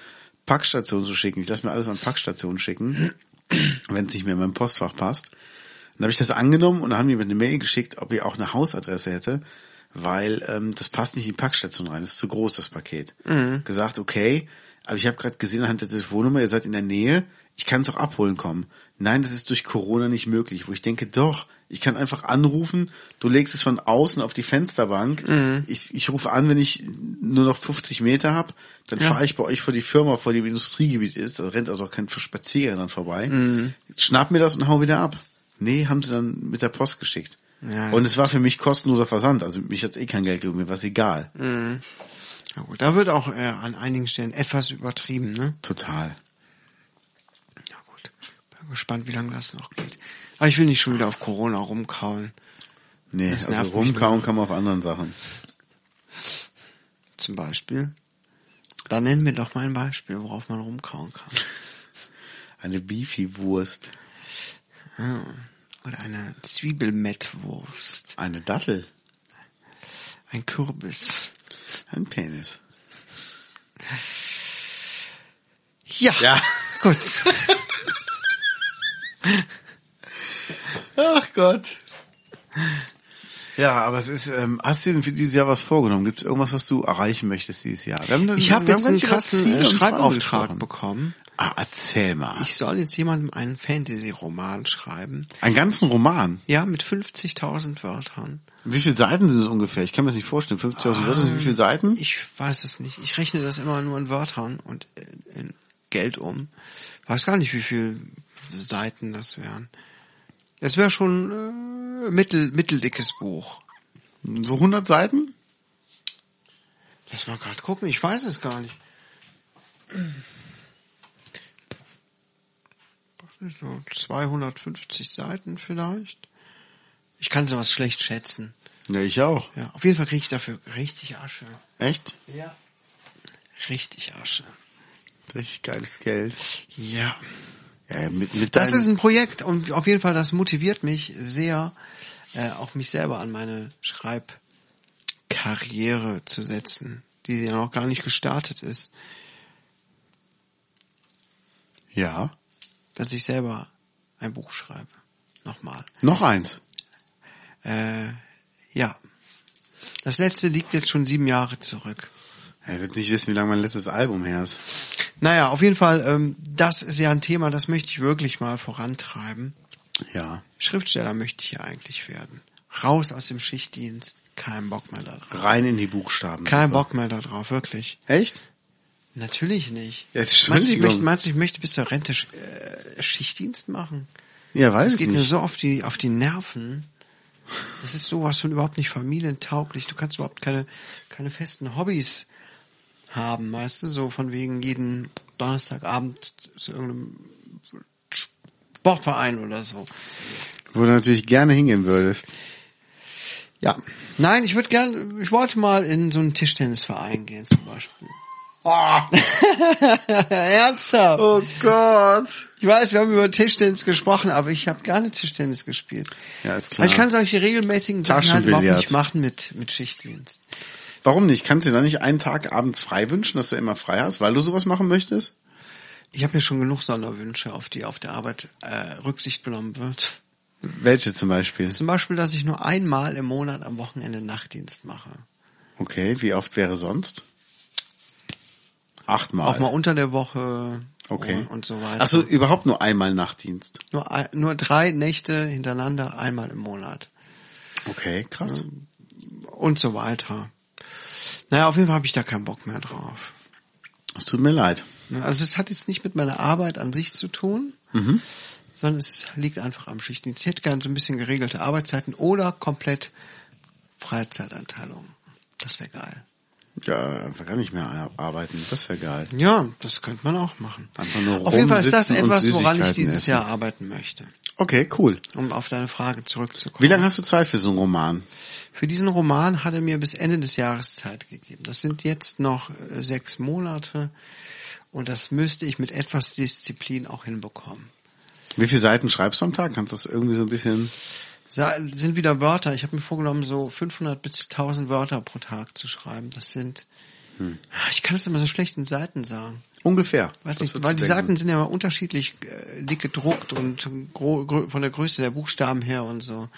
Packstation zu schicken. Ich lasse mir alles an Packstationen schicken, [clears throat] wenn es nicht mehr in meinem Postfach passt. Dann habe ich das angenommen und dann haben die mir eine Mail geschickt, ob ich auch eine Hausadresse hätte, weil ähm, das passt nicht in die Packstation rein, das ist zu groß, das Paket. Gesagt, okay, aber ich habe gerade gesehen anhand der Telefonnummer, ihr seid in der Nähe, ich kann es auch abholen kommen. Nein, das ist durch Corona nicht möglich, wo ich denke, doch, ich kann einfach anrufen, du legst es von außen auf die Fensterbank, ich, ich rufe an, wenn ich nur noch 50 Meter habe, dann Ja. fahre ich bei euch vor die Firma, vor dem Industriegebiet ist, da rennt also auch kein Spaziergänger dran vorbei, schnapp mir das und hau wieder ab. Nee, haben sie dann mit der Post geschickt. Ja. Und es war für mich kostenloser Versand, also mich hat's eh kein Geld gegeben, mir war's egal. Ja gut, da wird auch äh, an einigen Stellen etwas übertrieben, ne? Total. Ja gut. Bin gespannt, wie lange das noch geht. Aber ich will nicht schon wieder auf Corona rumkauen. Nee, Das also nervt mich rumkauen kann man auf anderen Sachen. Zum Beispiel. Dann nennen wir doch mal ein Beispiel, worauf man rumkauen kann. Eine Beefy-Wurst. Ja. Oder eine Zwiebelmettwurst. Eine Dattel. Ein Kürbis. Ein Penis. Ja. Ja. [laughs] Gut. Ach Gott. Ja, aber es ist, ähm, hast du denn für dieses Jahr was vorgenommen? Gibt es irgendwas, was du erreichen möchtest dieses Jahr? Wir haben- Ich wir habe haben jetzt gar einen nicht über krassen äh, Ziele und Schreibauftrag Träume gesprochen. bekommen. Ah, erzähl mal. Ich soll jetzt jemandem einen Fantasy-Roman schreiben. Einen ganzen Roman. Ja, mit 50.000 Wörtern. Wie viele Seiten sind es ungefähr? Ich kann mir das nicht vorstellen. 50.000 Ah, Wörter sind wie viele Seiten? Ich weiß es nicht. Ich rechne das immer nur in Wörtern und in, in Geld um. Weiß gar nicht, wie viel Seiten das wären. Das wäre schon äh, mittel, mitteldickes Buch. So 100 Seiten? Lass mal gerade gucken. Ich weiß es gar nicht. Was ist so? 250 Seiten vielleicht? Ich kann sowas schlecht schätzen. Ja, ich auch. Ja, auf jeden Fall kriege ich dafür richtig Asche. Echt? Ja. Richtig Asche. Richtig geiles Geld. Ja. Ja, mit, mit Das deinem- ist ein Projekt und auf jeden Fall, das motiviert mich sehr, äh, auch mich selber an meine Schreibkarriere zu setzen, die ja noch gar nicht gestartet ist, ja. dass ich selber ein Buch schreibe. Nochmal. Noch eins. Äh, ja. Das letzte liegt jetzt schon sieben Jahre zurück. Er wird nicht wissen, wie lange mein letztes Album her ist. Naja, auf jeden Fall, ähm, das ist ja ein Thema, das möchte ich wirklich mal vorantreiben. Ja. Schriftsteller möchte ich ja eigentlich werden. Raus aus dem Schichtdienst. Kein Bock mehr da drauf. Rein in die Buchstaben. Kein Bock mehr da drauf, wirklich. Echt? Natürlich nicht. Ja, meinst, du, ich Entschuldigung. möchte, meinst du, ich möchte bis zur Rente Sch- äh, Schichtdienst machen? Ja, weiß Es ich geht mir nicht. so auf die, auf die Nerven. Das ist sowas von überhaupt nicht familientauglich. Du kannst überhaupt keine, keine festen Hobbys haben, weißt du? So von wegen jeden Donnerstagabend zu irgendeinem Sportverein oder so. Wo du natürlich gerne hingehen würdest. Ja. Nein, ich würde gerne, ich wollte mal in so einen Tischtennisverein gehen zum Beispiel. Ah. [laughs] Ernsthaft. Oh Gott. Ich weiß, wir haben über Tischtennis gesprochen, aber ich habe gerne Tischtennis gespielt. Ja, ist Aber klar. ich kann solche regelmäßigen Sachen halt überhaupt Taschenbillard. nicht machen mit, mit Schichtdienst. Warum nicht? Kannst du dir da nicht einen Tag abends frei wünschen, dass du immer frei hast, weil du sowas machen möchtest? Ich habe ja schon genug Sonderwünsche, auf die auf der Arbeit äh, Rücksicht genommen wird. Welche zum Beispiel? Zum Beispiel, dass ich nur einmal im Monat am Wochenende Nachtdienst mache. Okay, wie oft wäre sonst? Auch Achtmal. mal unter der Woche okay. und, und so weiter. Also überhaupt nur einmal Nachtdienst. nur, ein- nur drei Nächte hintereinander, einmal im Monat. Okay, krass. Und so weiter. Naja, auf jeden Fall habe ich da keinen Bock mehr drauf. Es tut mir leid. Ne, Also es hat jetzt nicht mit meiner Arbeit an sich zu tun, Mhm. sondern es liegt einfach am Schichtdienst. Ich hätte gerne so ein bisschen geregelte Arbeitszeiten oder komplett Freizeitanteilung. Das wäre geil. Ja, einfach gar nicht mehr ar- arbeiten. Das wäre geil. Ja, das könnte man auch machen. Einfach nur Auf jeden Fall ist das rumsitzen und etwas, woran ich Süßigkeiten dieses essen. Jahr arbeiten möchte. Okay, cool. Um auf deine Frage zurückzukommen. Wie lange hast du Zeit für so einen Roman? Für diesen Roman hat er mir bis Ende des Jahres Zeit gegeben. Das sind jetzt noch äh, sechs Monate und das müsste ich mit etwas Disziplin auch hinbekommen. Wie viele Seiten schreibst du am Tag? Kannst du das irgendwie so ein bisschen... Sa sind wieder Wörter. Ich habe mir vorgenommen, so 500 bis 1000 Wörter pro Tag zu schreiben. Das sind, Ah, ich kann es immer so schlecht in Seiten sagen. Ungefähr. Weiß Was nicht, würdest weil du die denken? Seiten sind ja immer unterschiedlich äh, dick gedruckt und gro grö- von der Größe der Buchstaben her und so.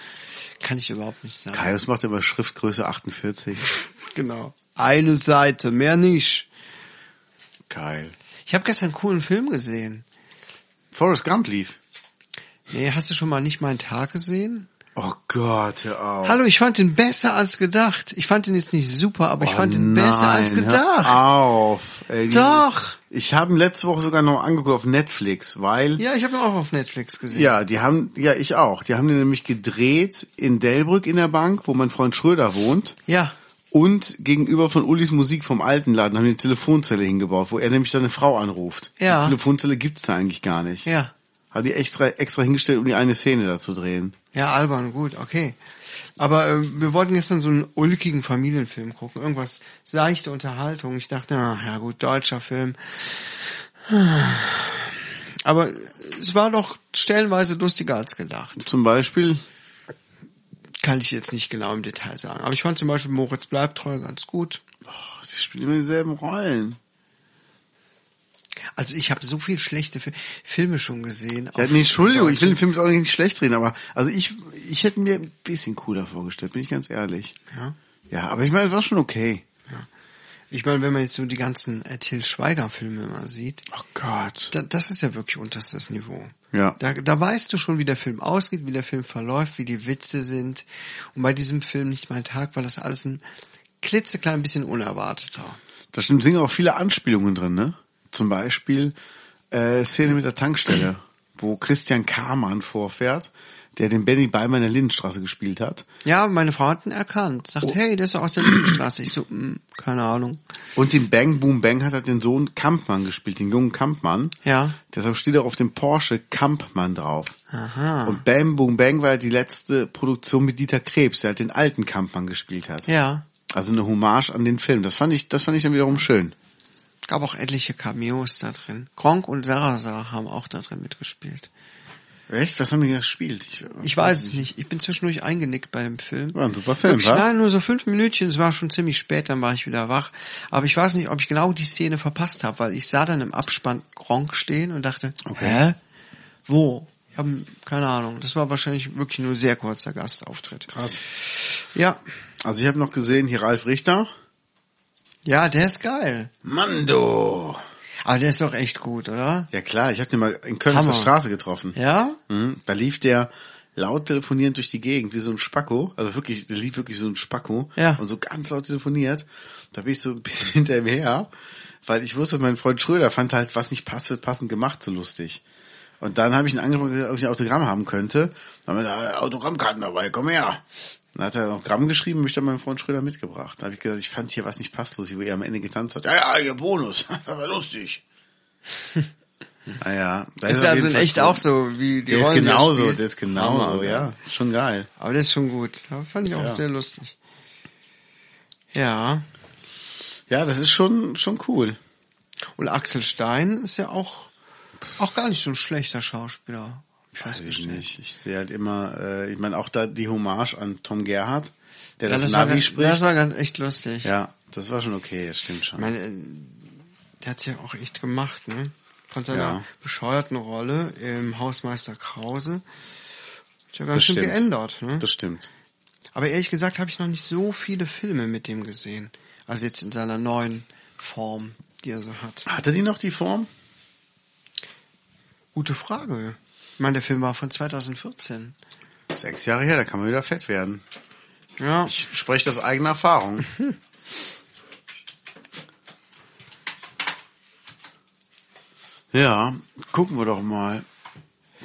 Kann ich überhaupt nicht sagen. Kaius macht immer Schriftgröße 48. Genau. Eine Seite, mehr nicht. Geil. Ich habe gestern einen coolen Film gesehen. Forrest Gump lief. Nee, hast du schon mal nicht meinen Tag gesehen? Oh Gott, hör auf. Hallo, ich fand den besser als gedacht. Ich fand den jetzt nicht super, aber ich fand den besser als Oh, Nein, hör gedacht. auf. Ey, die- Doch. Ich habe ihn letzte Woche sogar noch angeguckt auf Netflix, weil Ja, ich habe ihn auch auf Netflix gesehen. Ja, die haben, ja, ich auch. Die haben den nämlich gedreht in Delbrück in der Bank, wo mein Freund Schröder wohnt. Ja. Und gegenüber von Ulis Musik vom alten Laden haben die eine Telefonzelle hingebaut, wo er nämlich seine Frau anruft. Ja. Die Telefonzelle gibt's da eigentlich gar nicht. Ja. Haben die extra, extra hingestellt, um die eine Szene da zu drehen. Ja, albern, gut, okay. Aber ähm, wir wollten gestern so einen ulkigen Familienfilm gucken. Irgendwas seichte Unterhaltung. Ich dachte, na ja gut, deutscher Film. Aber es war doch stellenweise lustiger als gedacht. Zum Beispiel, Kann ich jetzt nicht genau im Detail sagen. Aber ich fand zum Beispiel Moritz bleibt treu ganz gut. oh, die spielen immer dieselben Rollen. Also ich habe so viel schlechte Fi- Filme schon gesehen. Ja, Auf- nee, Entschuldigung, ich will den Film jetzt auch nicht schlecht reden, aber also ich, ich hätte mir ein bisschen cooler vorgestellt, bin ich ganz ehrlich. Ja. Ja, aber ich meine, es war schon okay. Ich meine, wenn man jetzt so die ganzen äh, Till Schweiger-Filme immer sieht, Oh Gott. da, das ist ja wirklich unterstes Niveau. Ja. Da, da weißt du schon, wie der Film ausgeht, wie der Film verläuft, wie die Witze sind. Und bei diesem Film nicht mein Tag, weil das alles ein klitzeklein bisschen unerwarteter. Da stimmt, sind auch viele Anspielungen drin, ne? Zum Beispiel äh, Szene mit der Tankstelle, wo Christian Kamann vorfährt, der den Benny Beimer in der Lindenstraße gespielt hat. Ja, meine Frau hat ihn erkannt. Oh. Sagt, hey, der ist doch aus der Lindenstraße. Ich so, "Mm, keine Ahnung. Und den Bang Boom Bang hat er den Sohn Kampmann gespielt, den jungen Kampmann. Ja. Deshalb steht auch auf dem Porsche Kampmann drauf. Aha. Und Bang Boom Bang war ja die letzte Produktion mit Dieter Krebs, der halt den alten Kampmann gespielt hat. Ja, Also eine Hommage an den Film. Das fand ich, das fand ich dann wiederum schön. Gab auch etliche Cameos da drin. Gronk und Sarasa haben auch da drin mitgespielt. Echt? Was haben die gespielt? Ich weiß es nicht. Ich bin zwischendurch eingenickt bei dem Film. War ein super Film, Wirklich, wa? Nein, nur so fünf Minütchen. Es war schon ziemlich spät, dann war ich wieder wach. Aber ich weiß nicht, ob ich genau die Szene verpasst habe, weil ich sah dann im Abspann Gronk stehen und dachte, Okay. hä? Wo? Ich habe keine Ahnung. Das war wahrscheinlich wirklich nur sehr kurzer Gastauftritt. Krass. Ja, Also ich habe noch gesehen, hier Ralf Richter. ja, der ist geil. Mando! Aber der ist doch echt gut, oder? Ja klar, ich habe den mal in Köln auf Hammer. der Straße getroffen. Ja? Mhm, Da lief der laut telefonierend durch die Gegend, wie so ein Spacko. Also wirklich, der lief wirklich so ein Spacko. Ja. Und so ganz laut telefoniert. Da bin ich so ein bisschen [laughs] hinter ihm her, weil ich wusste, mein Freund Schröder fand halt, was nicht passt, wird passend gemacht, so lustig. Und dann habe ich ihn angesprochen, gesagt, ob ich ein Autogramm haben könnte. Dann haben wir gesagt, Autogrammkarten dabei, komm her. Dann hat er noch Gramm geschrieben und mich dann meinem Freund Schröder mitgebracht. Da habe ich gesagt, ich fand hier was nicht passt, lustig, wo er am Ende getanzt hat. Ja, ja, ihr Bonus, [laughs] das [laughs] war lustig. naja. da Ist er auf also jeden in Fall echt cool. auch so, wie die Der ist Rollen, die er genauso, spielt. der ist genauso, Hammer, oder? ja. Schon geil. Aber das ist schon gut. Ja, Fand ich auch Ja. sehr lustig. Ja. Ja, das ist schon, schon cool. Und Axel Stein ist ja auch, auch gar nicht so ein schlechter Schauspieler. Ich weiß Ich, nicht. Also nicht. ich sehe halt immer, äh, ich meine auch da die Hommage an Tom Gerhardt, der das, war, Navi ganz- spricht. das war ganz echt lustig. ja, das war schon okay, das stimmt Ich schon. meine, äh, der hat's ja auch echt gemacht, ne? Von seiner Ja. bescheuerten Rolle im Hausmeister Krause. Ist ja ganz Das schön stimmt. geändert, ne? Das stimmt. Aber ehrlich gesagt habe ich noch nicht so viele Filme mit dem gesehen. Also jetzt in seiner neuen Form, die er so hat. Hatte die noch die Form? Gute Frage. Ich meine, der Film war von 2014. Sechs Jahre her, da kann man wieder fett werden. Ja. Ich spreche das eigene [laughs] Erfahrung. ja, gucken wir doch mal.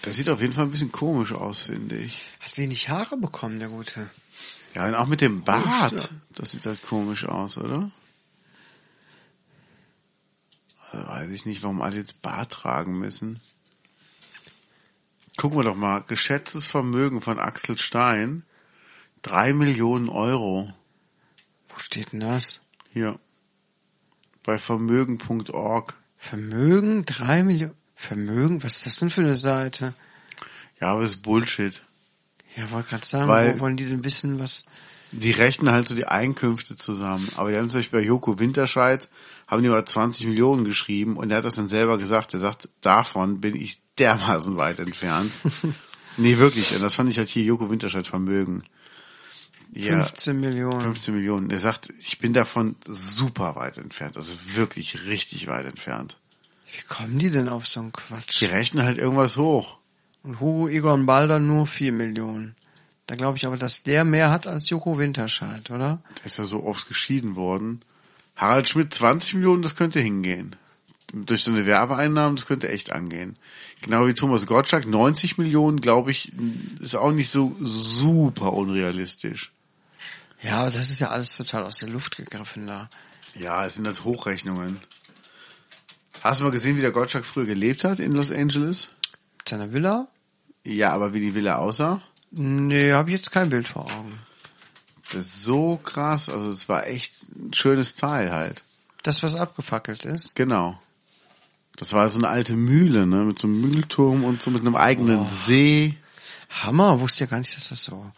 Das sieht auf jeden Fall ein bisschen komisch aus, finde ich. Hat wenig Haare bekommen, der Gute. Ja, und auch mit dem stimmt. Bart. Das sieht halt komisch aus, oder? Also weiß ich nicht, warum alle jetzt Bart tragen müssen. Gucken wir doch mal. Geschätztes Vermögen von Axel Stein. Drei Millionen Euro. Wo steht denn das? Hier. Bei vermögen.org. Vermögen, drei Millionen. Vermögen? Was ist das denn für eine Seite? Ja, aber ist Bullshit. Ja, wollte gerade sagen, Weil- wo wollen die denn wissen, was. Die rechnen halt so die Einkünfte zusammen. Aber die haben zum Beispiel bei Joko Winterscheid, haben die mal 20 Millionen geschrieben und der hat das dann selber gesagt. Der sagt, davon bin ich dermaßen weit entfernt. nee, wirklich. Und das fand ich halt hier Joko Winterscheid Vermögen. Ja, 15 Millionen. 15 Millionen. Er sagt, ich bin davon super weit entfernt. Also wirklich richtig weit entfernt. Wie kommen die denn auf so einen Quatsch? Die rechnen halt irgendwas hoch. Und Hugo Egon Balder nur 4 Millionen. Da glaube ich aber, dass der mehr hat als Joko Winterscheid, oder? Der ist ja so oft geschieden worden. Harald Schmidt 20 Millionen, das könnte hingehen. Durch so eine Werbeeinnahmen, das könnte echt angehen. Genau wie Thomas Gottschalk, 90 Millionen, glaube ich, ist auch nicht so super unrealistisch. Ja, aber das ist ja alles total aus der Luft gegriffen da. Ja, es sind halt Hochrechnungen. Hast du mal gesehen, wie der Gottschalk früher gelebt hat in Los Angeles? Mit seiner Villa? Ja, aber wie die Villa aussah? Nee, habe ich jetzt kein Bild vor Augen. Das ist so krass, also es war echt ein schönes Teil halt. Das, was abgefackelt ist. Genau. Das war so eine alte Mühle, ne? Mit so einem Mühlturm und so mit einem eigenen See. Hammer, wusste ja gar nicht, dass das so,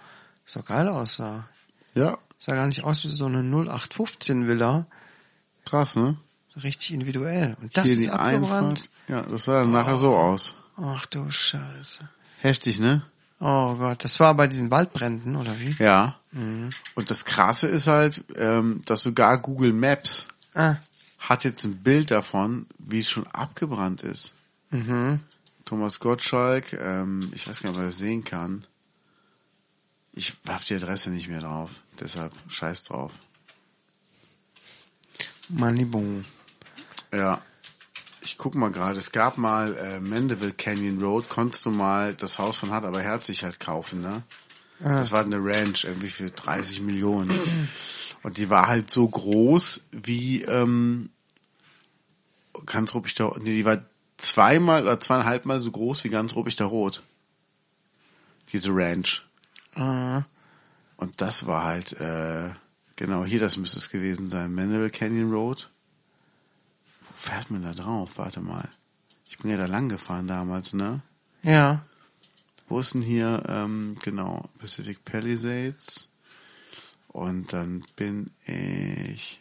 so geil aussah. Ja, Sah gar nicht aus wie so eine 0815-Villa. krass, ne? So richtig individuell. Und das Hier ist abgebrannt. Ja, das sah dann nachher so aus. Ach du Scheiße. Heftig, ne? Oh Gott, das war bei diesen Waldbränden, oder wie? Ja. Mhm. Und das Krasse ist halt, ähm, dass sogar Google Maps Ah, hat jetzt ein Bild davon, wie es schon abgebrannt ist. mhm. Thomas Gottschalk, ähm, ich weiß gar nicht, ob er das sehen kann. Ich hab die Adresse nicht mehr drauf, deshalb scheiß drauf. Malibu. Ja. Ich guck mal gerade, es gab mal äh, Mandeville Canyon Road, konntest du mal das Haus von Hart aber herzig halt kaufen, ne? Das war eine Ranch, irgendwie für 30 Millionen. Und die war halt so groß wie ähm, ganz Ruppichter, nee, die war zweimal oder zweieinhalb Mal so groß wie ganz Ruppichter Rot. Diese Ranch. Ah, Und das war halt, äh, genau, hier das müsste es gewesen sein. Manuel Canyon Road. Wo fährt man da drauf? Warte mal. Ich bin ja da lang gefahren damals, ne? Ja. Wo ist denn hier, ähm, genau, Pacific Palisades? Und dann bin ich,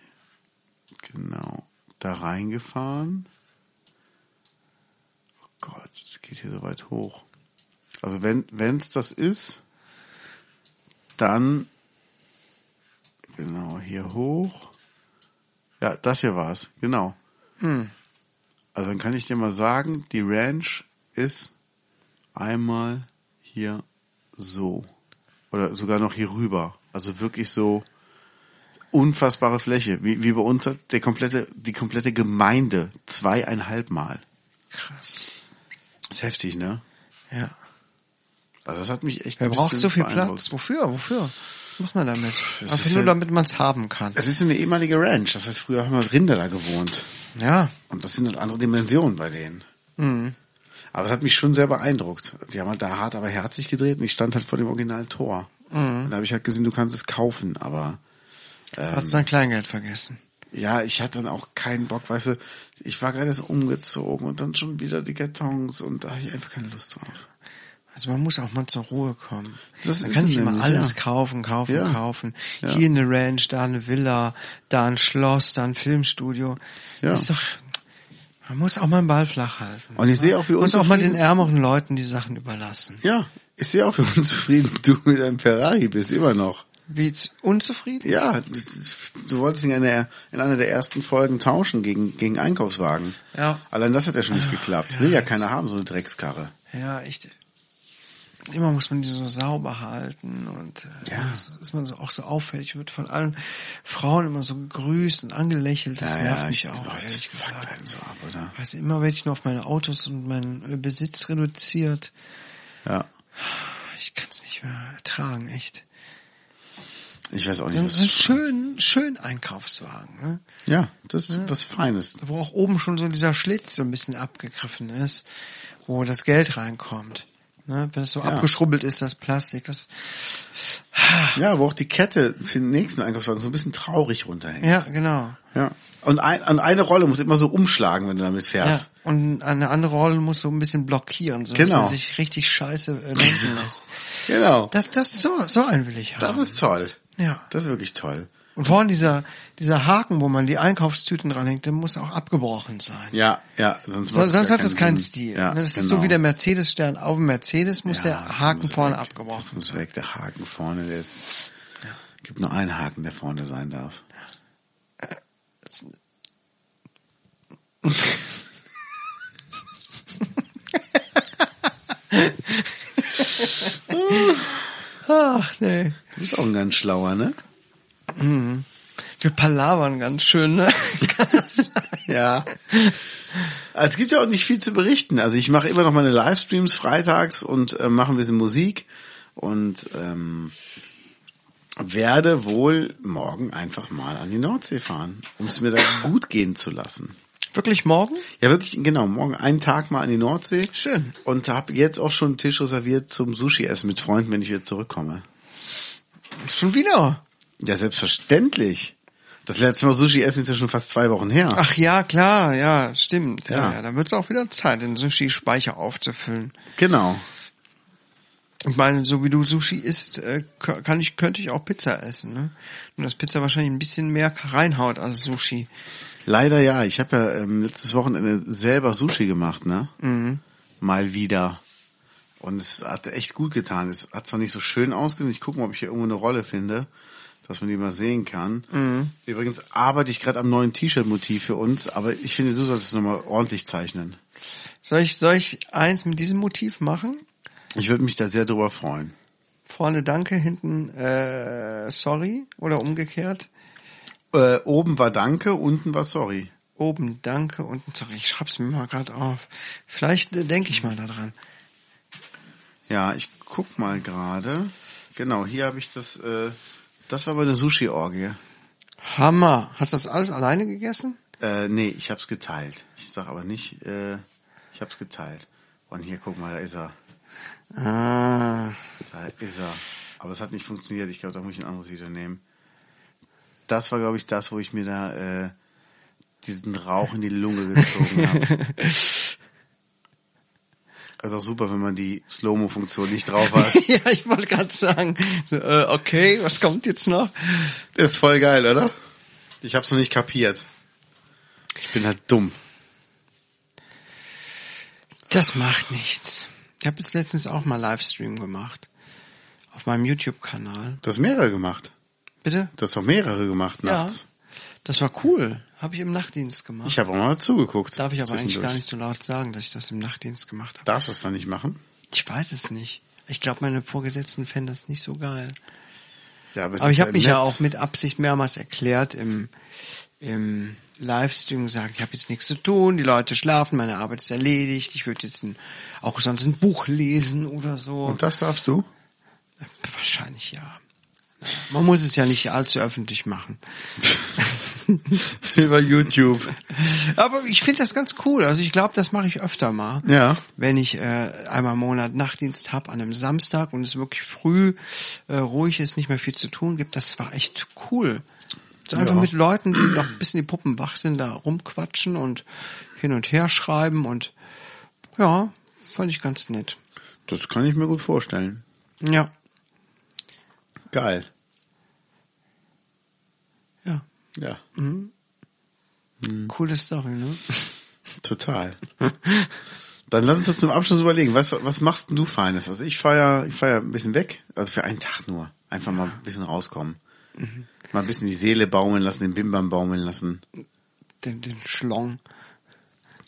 genau, da reingefahren. Oh Gott, es geht hier so weit hoch. Also wenn wenn's das ist, dann, genau, hier hoch. Ja, das hier war's, genau. Hm. Also dann kann ich dir mal sagen, die Ranch ist einmal hier so. Oder sogar noch hier rüber. Also wirklich so unfassbare Fläche. Wie, wie bei uns hat der komplette, die komplette Gemeinde zweieinhalb Mal. Krass. ist heftig, ne? Ja. Also das hat mich echt Wer ein braucht bisschen so viel beeindruckt. Platz? Wofür? Wofür? Was macht man damit? es Einfach ist nur, halt- damit man es haben kann. Es ist eine ehemalige Ranch. Das heißt, früher haben wir Rinder da gewohnt. Ja. Und das sind halt andere Dimensionen bei denen. Mhm. Aber es hat mich schon sehr beeindruckt. Die haben halt da hart, aber herzig gedreht und ich stand halt vor dem originalen Tor. Mhm. Und da habe ich halt gesehen, du kannst es kaufen, aber ähm, Hat sein Kleingeld vergessen. ja, ich hatte dann auch keinen Bock, weißt du, ich war gerade so umgezogen und dann schon wieder die Kartons und da habe ich einfach keine Lust drauf. Also man muss auch mal zur Ruhe kommen. Das man ist kann es nicht immer nämlich, alles ja. kaufen, kaufen, Ja. kaufen. Ja. Hier eine Ranch, da eine Villa, da ein Schloss, da ein Filmstudio. Ja. Ist doch, man muss auch mal den Ball flach halten. Und ich sehe auch, wie Und auch mal unzufrieden- den ärmeren Leuten die Sachen überlassen. Ja, ich sehe auch, wie [laughs] unzufrieden du mit deinem Ferrari bist, immer noch. Wie z- unzufrieden? Ja, das ist- du wolltest ihn in, der, in einer der ersten Folgen tauschen gegen, gegen Einkaufswagen. Ja. Allein das hat ja schon nicht geklappt. ja, Will ja das- keiner haben, so eine Dreckskarre. Ja, echt. Immer muss man die so sauber halten und äh, Ja. das ist man so auch so auffällig, wird von allen Frauen immer so gegrüßt und angelächelt. Das nervt mich auch, oh, ehrlich das fuckt gesagt. einen so ab, oder? Weißt du, immer werde ich nur auf meine Autos und meinen äh, Besitz reduziert. Ja. Ich kann es nicht mehr ertragen, echt. Ich weiß auch nicht, Das ist ein was... schön, schön Einkaufswagen, ne? Ja, das ist was Feines. wo auch oben schon so dieser Schlitz so ein bisschen abgegriffen ist, wo das Geld reinkommt. Ne? Wenn es so abgeschrubbelt ist, das Plastik, das Ja, wo auch die Kette für den nächsten Einkaufswagen so ein bisschen traurig runterhängt. ja genau. Ja. Und, ein, und eine Rolle muss immer so umschlagen, wenn du damit Ja, fährst. und eine andere Rolle muss so ein bisschen blockieren, so Genau. dass er sich richtig scheiße äh, lenken lässt. Genau. Das, das so, so einen will ich haben. Das ist toll. Ja. Das ist wirklich toll. Und vorhin dieser, dieser Haken, wo man die Einkaufstüten dranhängt, der muss auch abgebrochen sein. Ja, ja. Sonst, So, macht es sonst gar hat das keinen keinen Sinn. Stil. Ja, ne? Das ist genau. so wie der Mercedes-Stern. Auf dem Mercedes muss Ja, der Haken muss vorne weg. abgebrochen Das muss weg. Der Haken vorne, der ist... gibt nur einen Haken, der vorne sein darf. Ach, nee. Du bist auch ein ganz schlauer, ne? Wir palavern ganz schön, ne? [laughs] Ja. Also Es gibt ja auch nicht viel zu berichten. Also ich mache immer noch meine Livestreams freitags und äh, mache ein bisschen Musik und ähm, werde wohl morgen einfach mal an die Nordsee fahren, um es mir da gut gehen zu lassen. Wirklich morgen? Ja, wirklich, genau, morgen einen Tag mal an die Nordsee. Schön. Und habe jetzt auch schon einen Tisch reserviert zum Sushi-Essen mit Freunden, wenn ich wieder zurückkomme. Schon wieder? Ja, selbstverständlich. Das letzte Mal Sushi-Essen ist ja schon fast zwei Wochen her. Ach ja, klar, ja, stimmt. Ja, Ja. ja. dann wird es auch wieder Zeit, den Sushi-Speicher aufzufüllen. Genau. Ich meine, so wie du Sushi isst, äh, k- kann ich, könnte ich auch Pizza essen, ne? Nur dass Pizza wahrscheinlich ein bisschen mehr reinhaut als Sushi. Leider ja. Ich habe ja ähm, letztes Wochenende selber Sushi gemacht, ne? Mal wieder. Und es hat echt gut getan. Es hat zwar nicht so schön ausgesehen. Ich gucke mal, ob ich hier irgendwo eine Rolle finde, dass man die mal sehen kann. Übrigens arbeite ich gerade am neuen T-Shirt-Motiv für uns, aber ich finde, du solltest es nochmal ordentlich zeichnen. Soll ich, soll ich eins mit diesem Motiv machen? Ich würde mich da sehr drüber freuen. Vorne danke, hinten äh, sorry oder umgekehrt. Äh, oben war Danke, unten war Sorry. Oben danke, unten sorry. Ich schreib's mir mal gerade auf. Vielleicht äh, denke ich mal daran. Ja, ich guck mal gerade. Genau, hier habe ich das. Äh, das war aber eine Sushi-Orgie. Hammer. Hast du das alles alleine gegessen? Äh, nee, ich hab's geteilt. Ich sag aber nicht, äh, ich hab's geteilt. Und hier, guck mal, da ist er. Ah, [laughs] Da ist er. Aber es hat nicht funktioniert. Ich glaube, da muss ich ein anderes Video nehmen. Das war, glaube ich, das, wo ich mir da äh, diesen Rauch in die Lunge gezogen habe. [laughs] Also auch super, wenn man die Slow-Mo-Funktion nicht drauf [laughs] hat. ja, ich wollte gerade sagen, so, äh, okay, was kommt jetzt noch? Ist voll geil, oder? Ich hab's noch nicht kapiert. Ich bin halt dumm. Das macht nichts. Ich habe jetzt letztens auch mal Livestream gemacht. Auf meinem YouTube-Kanal. Du hast mehrere gemacht. Bitte? Du hast auch mehrere gemacht nachts. Ja. Das war cool. Habe ich im Nachtdienst gemacht. Ich habe auch mal zugeguckt. Darf ich aber eigentlich gar zwischendurch. nicht so laut sagen, dass ich das im Nachtdienst gemacht habe. Darfst du das dann nicht machen? Ich weiß es nicht. Ich glaube, meine Vorgesetzten fänden das nicht so geil. Ja, es Aber ist ich habe im mich ja Netz. auch mit Absicht mehrmals erklärt im, im Livestream gesagt, ich habe jetzt nichts zu tun, die Leute schlafen, meine Arbeit ist erledigt, ich würde jetzt ein, auch sonst ein Buch lesen oder so. Und das darfst du? [laughs] Wahrscheinlich ja. Naja, Man muss es ja nicht allzu öffentlich machen. Über YouTube. Aber ich finde das ganz cool. Also ich glaube, das mache ich öfter mal. Ja. Wenn ich äh, einmal im Monat Nachtdienst habe an einem Samstag und es wirklich früh äh, ruhig ist, nicht mehr viel zu tun gibt, das war echt cool. So einfach Ja. mit Leuten, die noch ein bisschen die Puppen wach sind, da rumquatschen und hin und her schreiben und ja, fand ich ganz nett. Das kann ich mir gut vorstellen. Ja, Geil. ja. Ja, Coole Story, ne? total. Dann lass uns das zum Abschluss überlegen. Was, was machst denn du Feines? Also ich fahr ja, ich fahr ja ein bisschen weg. Also für einen Tag nur. Einfach mal ein bisschen rauskommen. Mal ein bisschen die Seele baumeln lassen, den Bimbam baumeln lassen. Den, den Schlong.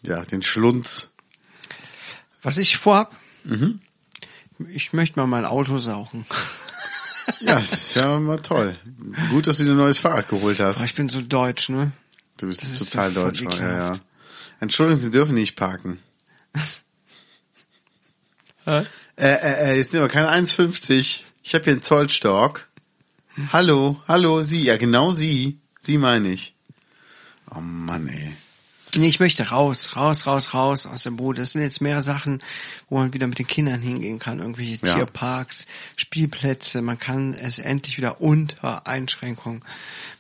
Ja, den Schlunz. Was ich vorhab, ich möchte mal mein Auto saugen. Ja, das ist ja mal toll. Gut, dass du dir ein neues Fahrrad geholt hast. Aber ich bin so deutsch, ne? Du bist Das ist total so voll deutsch. Ja, ja. ekelhaft. Entschuldigung, Sie dürfen nicht parken. Äh, äh, äh, jetzt nehmen wir keine 1,50. Ich habe hier einen Zollstock. Hallo, hallo, Sie. Ja, genau Sie. Sie meine ich. Oh Mann, ey. Nee, ich möchte raus, raus, raus, raus aus dem Boot. Das sind jetzt mehr Sachen, wo man wieder mit den Kindern hingehen kann. Irgendwelche Ja. Tierparks, Spielplätze. Man kann es endlich wieder unter Einschränkung,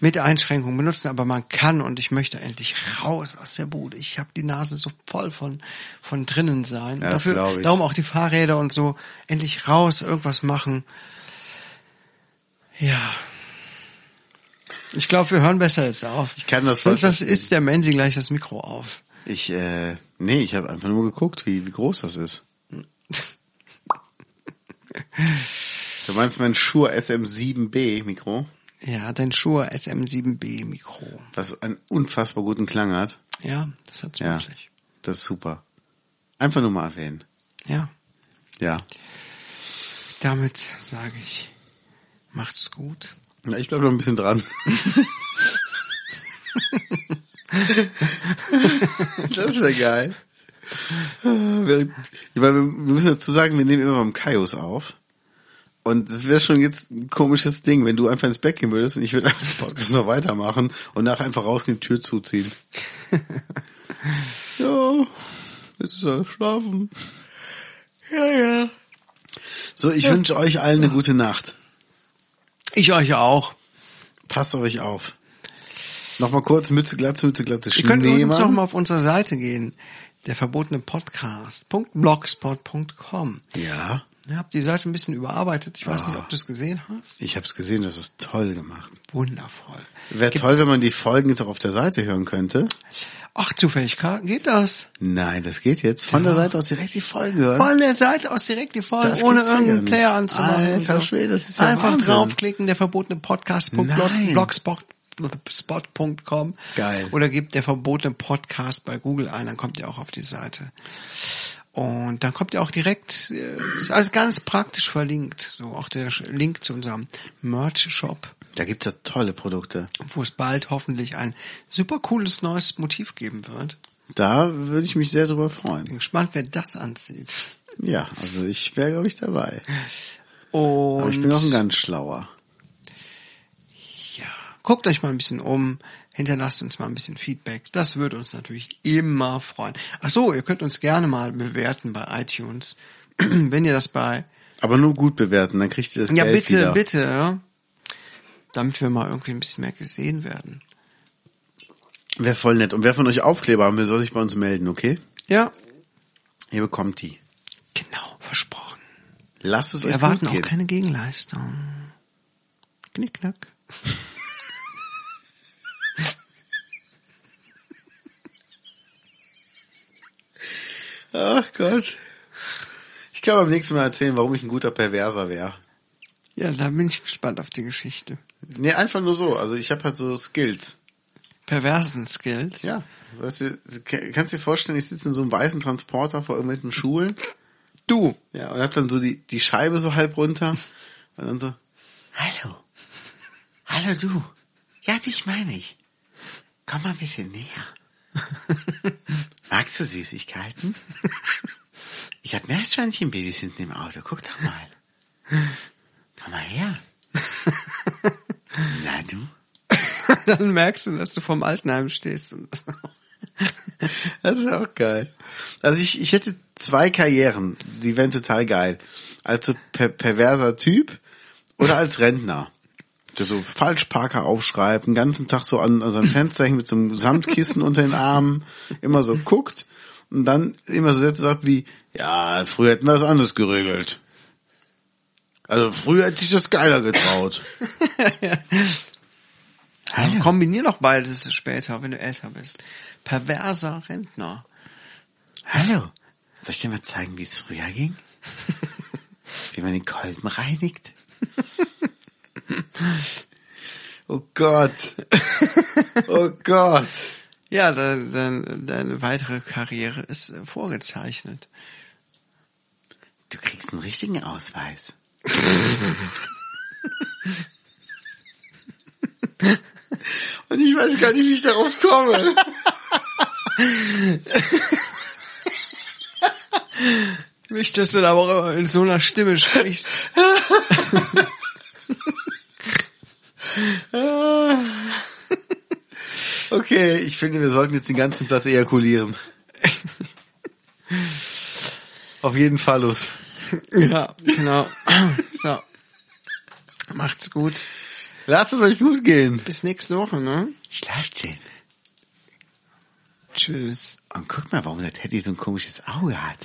mit Einschränkung benutzen, aber man kann und ich möchte endlich raus aus der Bude. Ich habe die Nase so voll von, von drinnen sein. Ja, das glaub Dafür, ich. darum auch die Fahrräder und so. Endlich raus, irgendwas machen. Ja. Ich glaube, wir hören besser jetzt auf. Ich kann das voll Sonst das verstehen. ist der Menzi gleich das Mikro auf. Ich, äh, nee, ich habe einfach nur geguckt, wie, wie groß das ist. Du meinst mein Shure SM7B Mikro, Ja, dein Shure SM7B Mikro. was einen unfassbar guten Klang hat? Ja, das hat's Ja, wirklich. das ist super. Einfach nur mal erwähnen. Ja, Ja. damit sage ich, macht's gut. Na, ich bleib noch ein bisschen dran. das wäre geil. Wir- Ich meine, wir müssen dazu sagen, wir nehmen immer beim Kaios auf. Und das wäre schon jetzt ein komisches Ding, wenn du einfach ins Bett gehen würdest und ich würde einfach den Podcast noch weitermachen und nachher einfach rausgehen, die Tür zuziehen. ja, jetzt ist er schlafen. Ja, ja. So, ich wünsche euch allen eine gute Nacht. Ich euch auch. Passt auf euch auf. Nochmal kurz, Mütze glatze, Mütze glatze, Ihr könnt übrigens Schneemann. nochmal auf unsere Seite gehen. Der verbotene Podcast.blogspot.com. Ja, Ihr habt die Seite ein bisschen überarbeitet. Ich weiß Ah. nicht, ob du es gesehen hast. ich hab's gesehen, das ist toll gemacht. Wundervoll. Wäre Gibt toll, es- wenn man die Folgen jetzt auch auf der Seite hören könnte. Ach, zufällig ka- geht das. Nein, das geht jetzt. Von der Seite aus direkt die Folgen hören. Von der Seite aus direkt die Folge, Äh? Das ohne gibt's ja gar irgendeinen nicht. Player anzumachen. Alter und so. Schwede, das ist ja Einfach Wahnsinn. draufklicken, der verbotene Nein. Podcast.blogspot.com Geil. oder gebt der verbotene Podcast bei Google ein, dann kommt ihr auch auf die Seite. Und dann kommt ihr auch direkt, äh, ist alles ganz praktisch verlinkt, so auch der Sch- Link zu unserem Merch-Shop, Da gibt's ja tolle Produkte. wo es bald hoffentlich ein super cooles neues Motiv geben wird. Da würde ich mich sehr drüber freuen. Bin gespannt, wer das anzieht. Ja, also ich wäre, glaube ich, dabei. Und Aber ich bin auch ein ganz schlauer. Ja, guckt euch mal ein bisschen um, hinterlasst uns mal ein bisschen Feedback. Das würde uns natürlich immer freuen. Ach so, ihr könnt uns gerne mal bewerten bei iTunes, [clears throat] wenn ihr das bei Aber nur gut bewerten, dann kriegt ihr das ja Geld bitte, wieder. bitte, ja. damit wir mal irgendwie ein bisschen mehr gesehen werden. Wäre voll nett. Und wer von euch Aufkleber haben will, soll sich bei uns melden, okay? Ja. Ihr bekommt die. Genau, versprochen. Lasst es Wir euch erwarten gut auch gehen. keine Gegenleistung. Knickknack. Ach Gott. Ich kann beim nächsten Mal erzählen, warum ich ein guter Perverser wäre. Ja, da bin ich gespannt auf die Geschichte. Nee, einfach nur so. Also ich habe halt so Skills. Perversen Skills. Ja. Weißt du, kannst dir vorstellen, ich sitze in so einem weißen Transporter vor irgendwelchen Schulen. Du. [laughs] Ja, und hab dann so die, die Scheibe so halb runter. [laughs] Und dann so, hallo. Hallo du. Ja, dich meine ich. Komm mal ein bisschen näher. [laughs] Magst du Süßigkeiten? Ich hab Meerschweinchenbabys hinten im Auto. Guck doch mal. Komm mal [laughs] her. Na du? Dann merkst du, dass du vorm Altenheim stehst. Und das [laughs] Das ist auch geil. Also ich, ich hätte zwei Karrieren, die wären total geil. Als so per perverser Typ oder als Rentner. Der so Falschparker aufschreibt, den ganzen Tag so an, an seinem Fenster hängt mit so einem Samtkissen unter den Armen, immer so guckt und dann immer so Sätze sagt wie, ja, früher hätten wir das anders geregelt. Also früher hätte ich das geiler getraut. Ah, ja. Kombinier doch beides später, wenn du älter bist. Perverser Rentner. Hallo. Soll ich dir mal zeigen, wie es früher [laughs] ging? wie man den Kolben reinigt? [laughs] oh [laughs] Gott. Oh Gott. Ja, dein, dein, deine weitere Karriere ist äh, vorgezeichnet. Du kriegst einen richtigen Ausweis. [laughs] Und ich weiß gar nicht, wie ich darauf komme. Mich, dass du da auch immer in so einer Stimme sprichst. Okay, ich finde, wir sollten jetzt den ganzen Platz [laughs] ejakulieren. Auf jeden Fall los. [laughs] ja, genau. [clears throat] So. Macht's gut. Lasst es euch gut gehen. Bis nächste Woche, ne? Schlaft schön. Tschüss. Und guck mal, warum der Teddy so ein komisches Auge hat.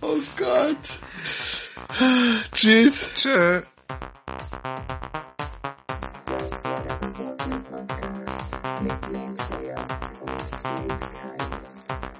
oh Gott. Tschüss. Tschüss. Das war der Unboarding Podcast mit Manslayer und Kult Keines.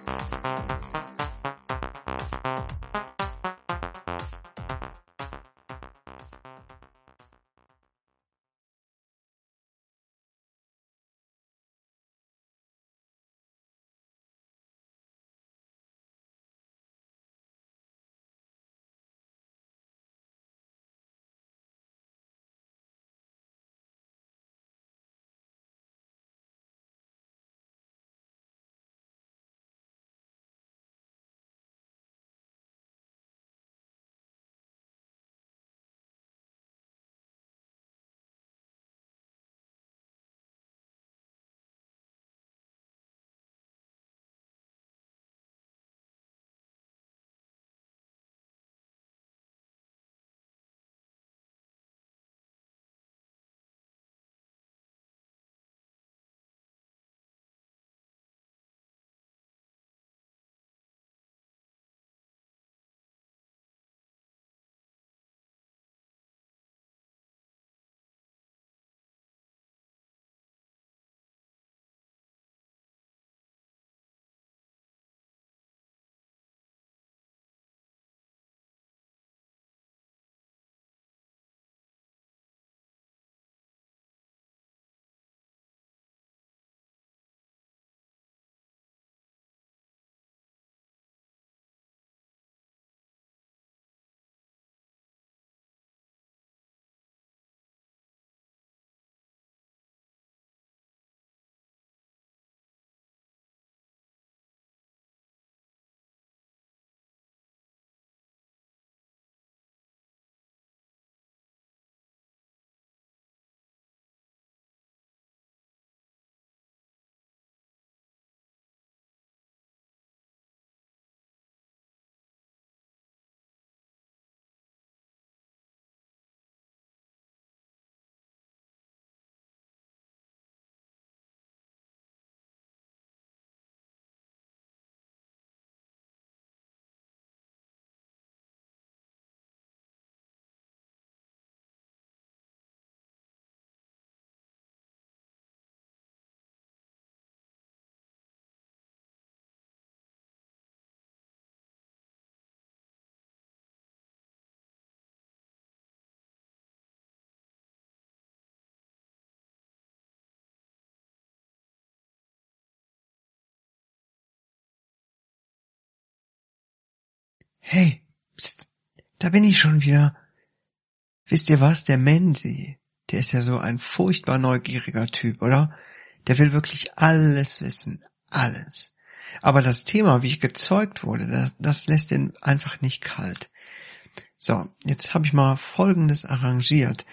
Hey, pst, da bin ich schon wieder. Wisst ihr was, der Menzi, der ist ja so ein furchtbar neugieriger Typ, oder? Der will wirklich alles wissen, alles. Aber das Thema, wie ich gezeugt wurde, das, das lässt ihn einfach nicht kalt. So, jetzt habe ich mal Folgendes arrangiert.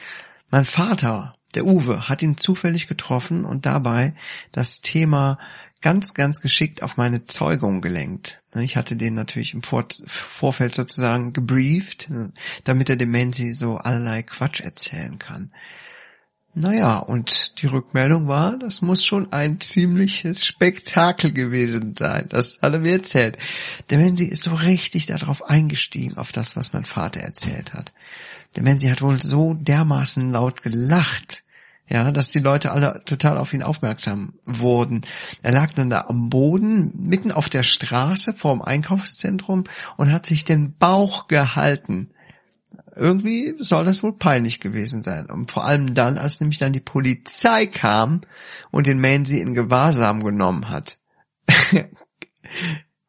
Mein Vater, der Uwe, hat ihn zufällig getroffen und dabei das Thema ganz, ganz geschickt auf meine Zeugung gelenkt. Ne, Ich hatte den natürlich im Vor Vorfeld sozusagen gebrieft, ne, damit er dem Menzi so allerlei Quatsch erzählen kann. Naja, und die Rückmeldung war, das muss schon ein ziemliches Spektakel gewesen sein. Das hat er mir erzählt. Der Menzi ist so richtig darauf eingestiegen, auf das, was mein Vater erzählt hat. Der Menzi hat wohl so dermaßen laut gelacht, ja, dass die Leute alle total auf ihn aufmerksam wurden. Er lag dann da am Boden, mitten auf der Straße vor dem Einkaufszentrum und hat sich den Bauch gehalten irgendwie soll das wohl peinlich gewesen sein. Und vor allem dann, als nämlich dann die Polizei kam und den Mansi in Gewahrsam genommen hat. [laughs]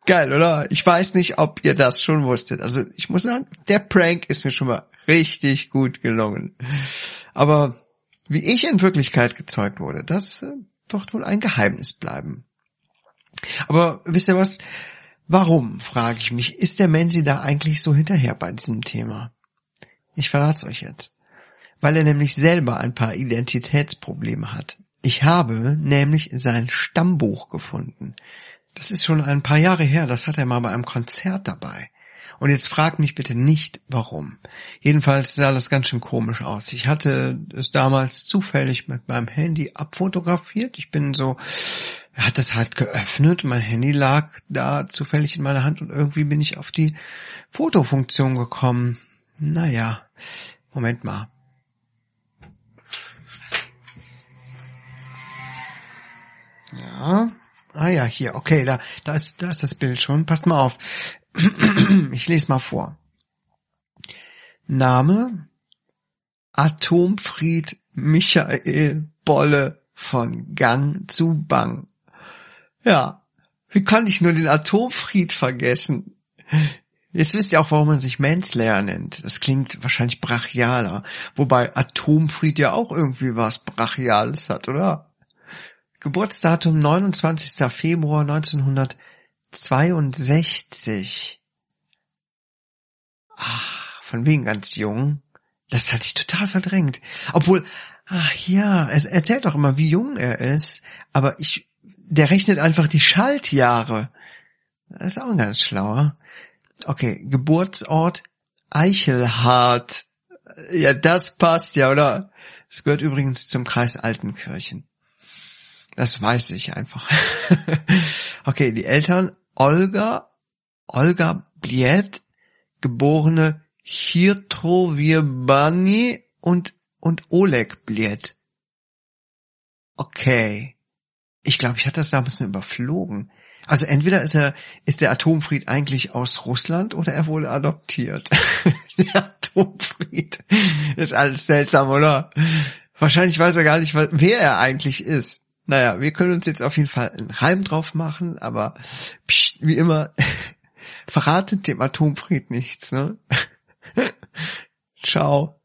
Geil, oder? Ich weiß nicht, ob ihr das schon wusstet. Also ich muss sagen, der Prank ist mir schon mal richtig gut gelungen. Aber wie ich in Wirklichkeit gezeugt wurde, das äh, wird wohl ein Geheimnis bleiben. Aber wisst ihr was? Warum, frage ich mich, ist der Mensi da eigentlich so hinterher bei diesem Thema? Ich verrat's euch jetzt. Weil er nämlich selber ein paar Identitätsprobleme hat. Ich habe nämlich sein Stammbuch gefunden. Das ist schon ein paar Jahre her, das hat er mal bei einem Konzert dabei. Und jetzt fragt mich bitte nicht, warum. Jedenfalls sah das ganz schön komisch aus. Ich hatte es damals zufällig mit meinem Handy abfotografiert. Ich bin so, er hat das halt geöffnet, mein Handy lag da zufällig in meiner Hand und irgendwie bin ich auf die Fotofunktion gekommen. Naja, Moment mal. Ja. Ah ja, hier, okay, da, da, ist, da ist das Bild schon. Passt mal auf. [clears throat] Ich lese mal vor. Name Atomfried Michael Bolle von Gang zu Bang. Ja, wie konnte ich nur den Atomfried vergessen? Jetzt wisst ihr auch, warum man sich Manslayer nennt. Das klingt wahrscheinlich brachialer. Wobei Atomfried ja auch irgendwie was Brachiales hat, oder? Geburtsdatum 29. Februar 1962. Ah, von wegen ganz jung. Das hatte ich total verdrängt. Obwohl, ach ja, es erzählt doch immer, wie jung er ist. Aber ich, der rechnet einfach die Schaltjahre. Das ist auch ein ganz schlauer. Okay, Geburtsort Eichelhardt. Ja, das passt ja, oder? Es gehört übrigens zum Kreis Altenkirchen. Das weiß ich einfach. [laughs] okay, die Eltern Olga, Olga Bliet, geborene Hirtrovirbani und, und Oleg Bliet. Okay. Ich glaube, ich hatte das damals nur überflogen. Also entweder ist er, ist der Atomfried eigentlich aus Russland oder er wurde adoptiert. [laughs] der Atomfried. Ist alles seltsam, oder? Wahrscheinlich weiß er gar nicht, wa- wer er eigentlich ist. Naja, wir können uns jetzt auf jeden Fall einen Reim drauf machen, aber pst, wie immer, [laughs] verratet dem Atomfried nichts, ne? [laughs] Ciao.